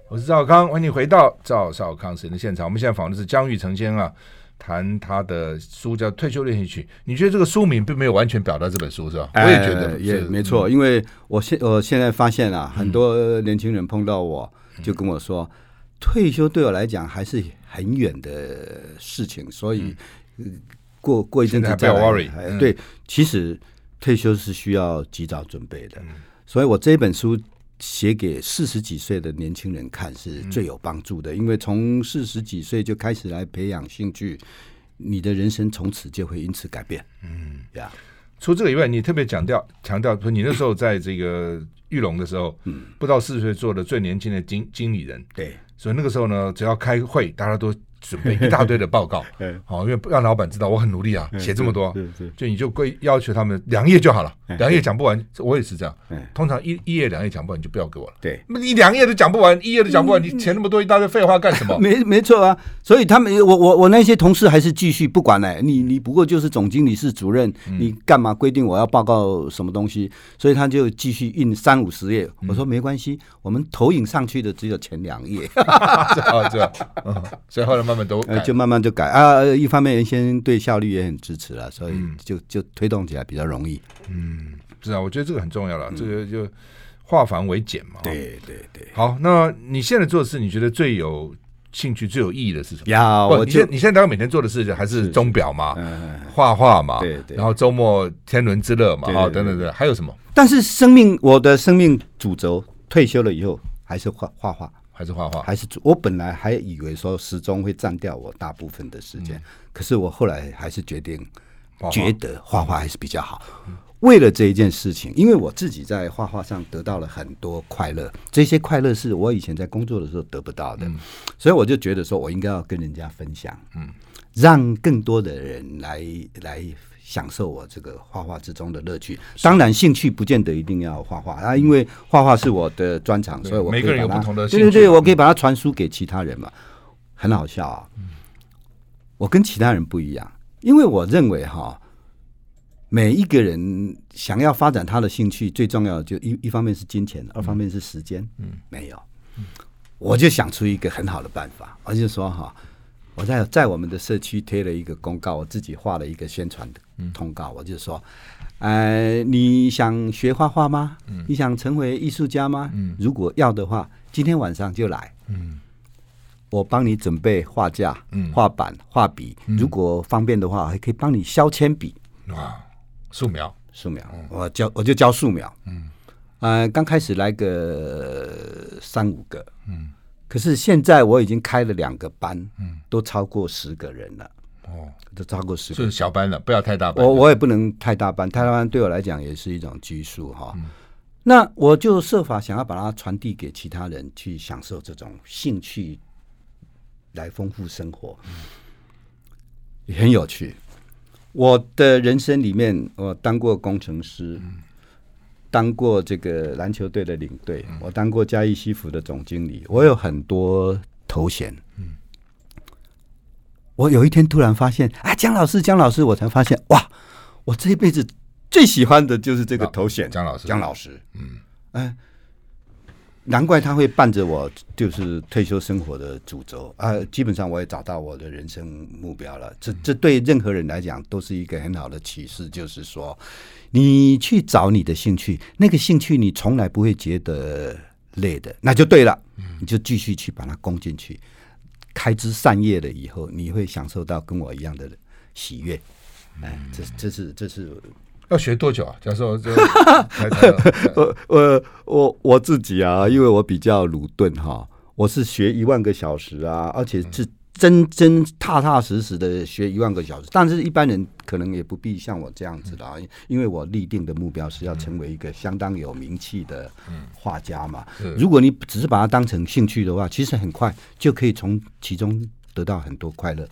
[SPEAKER 1] 我是赵少康，欢迎你回到赵少康时间的现场。我们现在访问的是江玉成先生啊，谈他的书叫《退休练习曲》。你觉得这个书名并没有完全表达这本书是吧？我也觉得
[SPEAKER 2] 呃也
[SPEAKER 1] 是嗯
[SPEAKER 2] 没错，因为我现我现在发现啊，很多年轻人碰到我
[SPEAKER 1] 嗯
[SPEAKER 2] 就跟我说，退休对我来讲还是很远的事情，所以、呃过过一阵子
[SPEAKER 1] 嗯现在
[SPEAKER 2] 再
[SPEAKER 1] 还不要
[SPEAKER 2] 来
[SPEAKER 1] worry，
[SPEAKER 2] 哎
[SPEAKER 1] 嗯
[SPEAKER 2] 对，其实退休是需要及早准备
[SPEAKER 1] 嗯
[SPEAKER 2] 的，所以我这本书。写给四十几岁的年轻人看是
[SPEAKER 1] 嗯
[SPEAKER 2] 最有帮助的，因为从四十几岁就开始来培养兴趣，你的人生从此就会因此改变。嗯呀，
[SPEAKER 1] 除这个以外，你特别强调强调说，你那时候在这个玉龙的时候，
[SPEAKER 2] 嗯
[SPEAKER 1] 不到四十岁做的最年轻的经经理人，
[SPEAKER 2] 对。
[SPEAKER 1] 所以那个时候呢，只要开会，大家都准备一大堆的 报告，
[SPEAKER 2] 嗯
[SPEAKER 1] 好、因为不让老板知道我很努力啊，
[SPEAKER 2] 嗯
[SPEAKER 1] 写这么多，
[SPEAKER 2] 对对，
[SPEAKER 1] 就你就规要求他们两页就好了，
[SPEAKER 2] 嗯
[SPEAKER 1] 两页讲不完，我也是这样
[SPEAKER 2] 嗯，
[SPEAKER 1] 通常一一页两页讲不完你就不要给我了，
[SPEAKER 2] 对，
[SPEAKER 1] 你两页都讲不完，一页都讲不 完，你填那么多一大堆废话干什么？
[SPEAKER 2] 没没错啊，所以他们我我我那些同事还是继续不管嘞、你你不过就是总经理是主任，
[SPEAKER 1] 嗯
[SPEAKER 2] 你干嘛规定我要报告什么东西？所以他就继续印三五十页。我说
[SPEAKER 1] 嗯
[SPEAKER 2] 没关系，我们投影上去的只有前两 页，
[SPEAKER 1] 啊，这样，嗯所以后来慢慢都改
[SPEAKER 2] 呃，就慢慢就改啊。一方面原先对效率也很支持了，所以
[SPEAKER 1] 嗯
[SPEAKER 2] 就就推动起来比较容易。
[SPEAKER 1] 是啊，我觉得这个很重要了，这个就化繁为简嘛。，哦
[SPEAKER 2] 嗯对对，
[SPEAKER 1] 好，那你现在做的事，你觉得最有兴趣、最有意义的是什么？
[SPEAKER 2] 呀，
[SPEAKER 1] 不
[SPEAKER 2] 我
[SPEAKER 1] 你
[SPEAKER 2] 就
[SPEAKER 1] 现你现在大概每天做的事还是钟表嘛，
[SPEAKER 2] 嗯。
[SPEAKER 1] 画画嘛，
[SPEAKER 2] 对对
[SPEAKER 1] 然后周末天伦之乐嘛，
[SPEAKER 2] 对
[SPEAKER 1] 哈，
[SPEAKER 2] 对对
[SPEAKER 1] 等等等，还有什么？
[SPEAKER 2] 但是生命，我的生命主轴退休了以后还是画画画，
[SPEAKER 1] 还是画画？
[SPEAKER 2] 还是主。我本来还以为说时钟会占掉我大部分的时间，可是我后来还是决定
[SPEAKER 1] 嗯画画嗯
[SPEAKER 2] 觉得画画还是比较好。为了这一件事情，因为我自己在画画上得到了很多快乐，这些快乐是我以前在工作的时候得不到
[SPEAKER 1] 嗯
[SPEAKER 2] 的，所以我就觉得说我应该要跟人家分享，嗯，让更多的人来来享受我这个画画之中的乐趣。当然，兴趣不见得一定要画画啊，因为画画是我的专长，
[SPEAKER 1] 嗯对
[SPEAKER 2] 所以我可以
[SPEAKER 1] 每个人有
[SPEAKER 2] 把它
[SPEAKER 1] 不同的
[SPEAKER 2] 对
[SPEAKER 1] 兴
[SPEAKER 2] 对
[SPEAKER 1] 趣
[SPEAKER 2] 对，
[SPEAKER 1] 嘛
[SPEAKER 2] 我可以把它传输给其他人嘛，很好笑啊。我跟其他人不一样，因为我认为哈，每一个人想要发展他的兴趣，最重要的就一一方面是金钱，二方面是时间。嗯，没有，我就想出一个很好的办法，我就说哈，我在在我们的社区贴了一个公告，我自己画了一个宣传的通告，我就说。呃，你想学画画吗？你想成为艺术家吗？如果要的话，今天晚上就来。我帮你准备画架、画板、画笔，如果方便的话，还可以帮你削铅笔、
[SPEAKER 1] 啊，素描，
[SPEAKER 2] 素描。我教我就教素描，嗯，呃，刚开始来个呃三五个，嗯，可是现在我已经开了两个班，嗯，都超过十个人了，
[SPEAKER 1] 哦，
[SPEAKER 2] 都超过十个人
[SPEAKER 1] 就是小班了，不要太大班
[SPEAKER 2] 我。我也不能太大班，太大班对我来讲也是一种拘束哈。那我就设法想要把它传递给其他人，去享受这种兴趣，来丰富生活，也很有趣。我的人生里面，我当过工程师，当过这个篮球队的领队，我当过嘉义西服的总经理，我有很多头衔。我有一天突然发现，啊，姜老师，姜老师，我才发现，哇，我这一辈子最喜欢的就是这个头衔，
[SPEAKER 1] 姜老师
[SPEAKER 2] 姜老师，嗯，哎，难怪他会伴着我，就是退休生活的主轴啊、基本上我也找到我的人生目标了，
[SPEAKER 1] 嗯
[SPEAKER 2] 这这对任何人来讲都是一个很好的启示，就是说，你去找你的兴趣，那个兴趣你从来不会觉得累的，那就对了，
[SPEAKER 1] 嗯
[SPEAKER 2] 你就继续去把它攻进去。开枝散叶了以后，你会享受到跟我一样的喜悦。哎，这
[SPEAKER 1] 嗯
[SPEAKER 2] 这是这是
[SPEAKER 1] 要学多久啊？假 设我这才才
[SPEAKER 2] 我我呃我我自己啊，因为我比较鲁钝哈，我是学一万个小时啊，而
[SPEAKER 1] 嗯
[SPEAKER 2] 且是真真踏踏实实的学一万个小时。但是一般人可能也不必像我这样子的啊，
[SPEAKER 1] 嗯
[SPEAKER 2] 因为我立定的目标是要成为一个相当有名气的
[SPEAKER 1] 嗯
[SPEAKER 2] 画家嘛。如果你只是把它当成兴趣的话，其实很快就可以从其中得到很多快乐。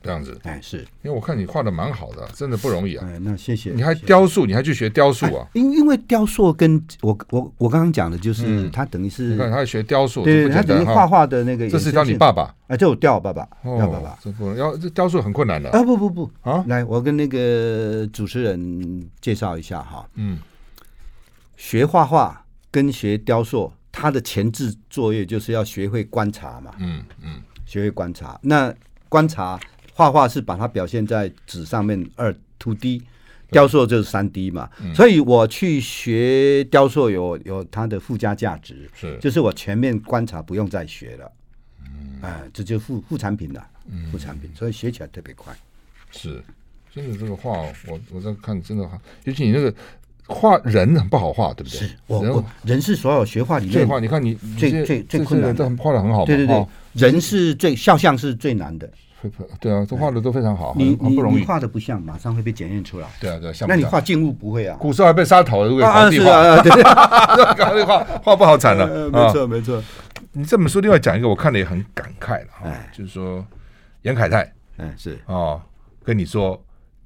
[SPEAKER 1] 这样子，
[SPEAKER 2] 哎，是，
[SPEAKER 1] 因为我看你画的蛮好的，真的不容易啊。
[SPEAKER 2] 哎，那谢谢。
[SPEAKER 1] 你还雕塑，你还去学雕塑啊？
[SPEAKER 2] 因因为雕塑跟我我我刚刚讲的就是，它等于是
[SPEAKER 1] 嗯你看他还学雕塑，
[SPEAKER 2] 对，
[SPEAKER 1] 这不
[SPEAKER 2] 他
[SPEAKER 1] 简
[SPEAKER 2] 等于
[SPEAKER 1] 单
[SPEAKER 2] 画
[SPEAKER 1] 哈。
[SPEAKER 2] 画的那个衍
[SPEAKER 1] 这
[SPEAKER 2] 生
[SPEAKER 1] 是
[SPEAKER 2] 性。
[SPEAKER 1] 教你爸爸
[SPEAKER 2] 啊？这我调我爸爸，调我爸
[SPEAKER 1] 哦
[SPEAKER 2] 爸，。
[SPEAKER 1] 这不要这雕塑很困难的。
[SPEAKER 2] 啊不不不
[SPEAKER 1] 啊
[SPEAKER 2] 来，我跟那个主持人介绍一下哈，
[SPEAKER 1] 嗯，
[SPEAKER 2] 学画画跟学雕塑，它的前置作业就是要学会观察嘛，
[SPEAKER 1] 嗯嗯，
[SPEAKER 2] 学会观察。那观察画画是把它表现在纸上面二 two D，雕塑就是三 D 嘛。
[SPEAKER 1] 嗯
[SPEAKER 2] 所以我去学雕塑有有它的附加价值，
[SPEAKER 1] 是
[SPEAKER 2] 就是我全面观察不用再学了，嗯，哎、这就副副产品了，副产
[SPEAKER 1] 嗯
[SPEAKER 2] 品，所以学起来特别快。
[SPEAKER 1] 是，真的这个画哦，我我在看，真的画，尤其你那个画人很不好画，对不对？
[SPEAKER 2] 我
[SPEAKER 1] 人
[SPEAKER 2] 我人是所有学画里
[SPEAKER 1] 这
[SPEAKER 2] 面
[SPEAKER 1] 画，你看你
[SPEAKER 2] 最
[SPEAKER 1] 你这
[SPEAKER 2] 最最
[SPEAKER 1] 这
[SPEAKER 2] 困
[SPEAKER 1] 些
[SPEAKER 2] 难
[SPEAKER 1] 人
[SPEAKER 2] 的
[SPEAKER 1] 都很画的很好嘛，
[SPEAKER 2] 对对对
[SPEAKER 1] 哦，
[SPEAKER 2] 人是最肖像是最难的，
[SPEAKER 1] 对啊，都画的都非常好，很
[SPEAKER 2] 你
[SPEAKER 1] 很
[SPEAKER 2] 你
[SPEAKER 1] 哦不容易
[SPEAKER 2] 你。画的不像，马上会被检验出来。
[SPEAKER 1] 对啊对啊，像不
[SPEAKER 2] 那你
[SPEAKER 1] 像
[SPEAKER 2] 画静物不会啊？
[SPEAKER 1] 古时候还被杀头，如果
[SPEAKER 2] 啊
[SPEAKER 1] 皇帝
[SPEAKER 2] 是
[SPEAKER 1] 画，
[SPEAKER 2] 啊，对，
[SPEAKER 1] 画画不好惨了
[SPEAKER 2] 呃，
[SPEAKER 1] 啊
[SPEAKER 2] 没错没错，
[SPEAKER 1] 你这本书另外讲一个，我看了也很感慨了哈啊
[SPEAKER 2] 哎，
[SPEAKER 1] 就是说严凯泰
[SPEAKER 2] 嗯，是
[SPEAKER 1] 哦，跟你说，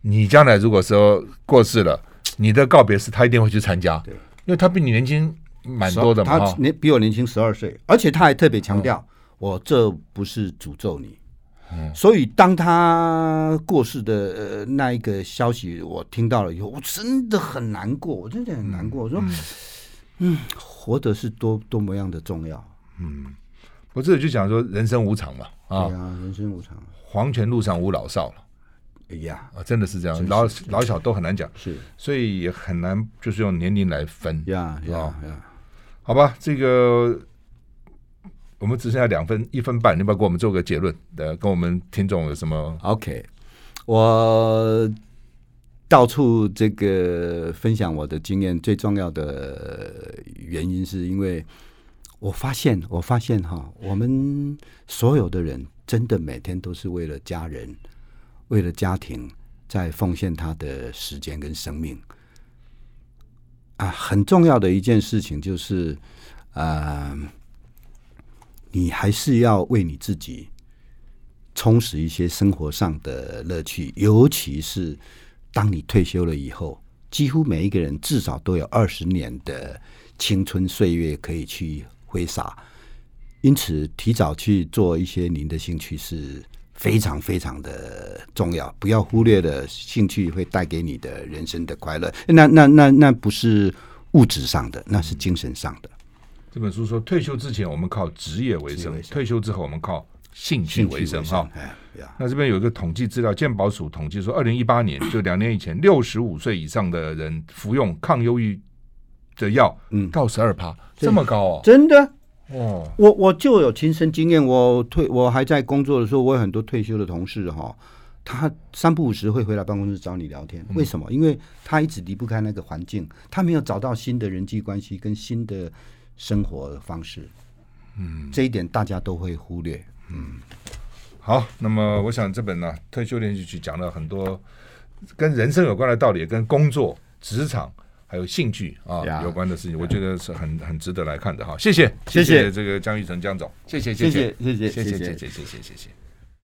[SPEAKER 1] 你将来如果说过世了，你的告别式他一定会去参加，
[SPEAKER 2] 对
[SPEAKER 1] 因为他比你年轻蛮多的嘛，
[SPEAKER 2] 他
[SPEAKER 1] 哈嗯
[SPEAKER 2] 年比我年轻十二岁，而且他还特别强调，我这不是诅咒你。所以当他过世的呃那一个消息，我听到了以后，我真的很难过，我真的很难过。我说，嗯，活着是多多么样的重要。
[SPEAKER 1] 不是就讲说人生无常嘛啊
[SPEAKER 2] 对，啊，人生无常。
[SPEAKER 1] 黄泉路上无老少了
[SPEAKER 2] 哎呀，
[SPEAKER 1] 啊，真的是这样，老老小都很难讲，
[SPEAKER 2] 是
[SPEAKER 1] 所以也很难就是用年龄来分，
[SPEAKER 2] 呀呀
[SPEAKER 1] 哦
[SPEAKER 2] 呀，
[SPEAKER 1] 好吧？这个我们只剩下两分一分半，你要不要给我们做个结论？呃，跟我们听众有什么？
[SPEAKER 2] OK，我到处这个分享我的经验，最重要的原因是因为我发现，我发现哈，我们所有的人真的每天都是为了家人、为了家庭在奉献他的时间跟生命。啊，很重要的一件事情就是，啊、你还是要为你自己充实一些生活上的乐趣，尤其是当你退休了以后，几乎每一个人至少都有二十年的青春岁月可以去挥洒。因此，提早去做一些您的兴趣是非常非常的重要，不要忽略了兴趣会带给你的人生的快乐。
[SPEAKER 1] 嗯
[SPEAKER 2] 那那那那不是物质上的，那是精神上的。
[SPEAKER 1] 这本书说，退休之前我们靠职业为生，
[SPEAKER 2] 职业为生
[SPEAKER 1] 退休之后我们靠兴趣嗯为生哈。
[SPEAKER 2] 哎呀，
[SPEAKER 1] 那这边有一个统计资料，健保署统计说，二零一八年就两年以前，六十五岁以上的人服用抗忧郁的药，
[SPEAKER 2] 嗯
[SPEAKER 1] 到十二趴，这么高哦，
[SPEAKER 2] 真的。
[SPEAKER 1] 哦，
[SPEAKER 2] 我我就有亲身经验，我退我还在工作的时候，我有很多退休的同事哈、他三不五时会回来办公室找你聊
[SPEAKER 1] 嗯
[SPEAKER 2] 天，为什么？因为他一直离不开那个环境，他没有找到新的人际关系跟新的生活方式，嗯，这一点大家都会忽略。
[SPEAKER 1] 好，那么我想这本呢、退休连续剧》讲了很多跟人生有关的道理，也跟工作、职场还有兴趣啊
[SPEAKER 2] 呀
[SPEAKER 1] 有关的事情，我觉得是很很值得来看的哈。谢谢，
[SPEAKER 2] 谢谢
[SPEAKER 1] 这个江玉成江总，谢谢，
[SPEAKER 2] 谢
[SPEAKER 1] 谢，
[SPEAKER 2] 谢谢
[SPEAKER 1] 谢谢，谢谢，
[SPEAKER 2] 谢
[SPEAKER 1] 谢谢，谢谢。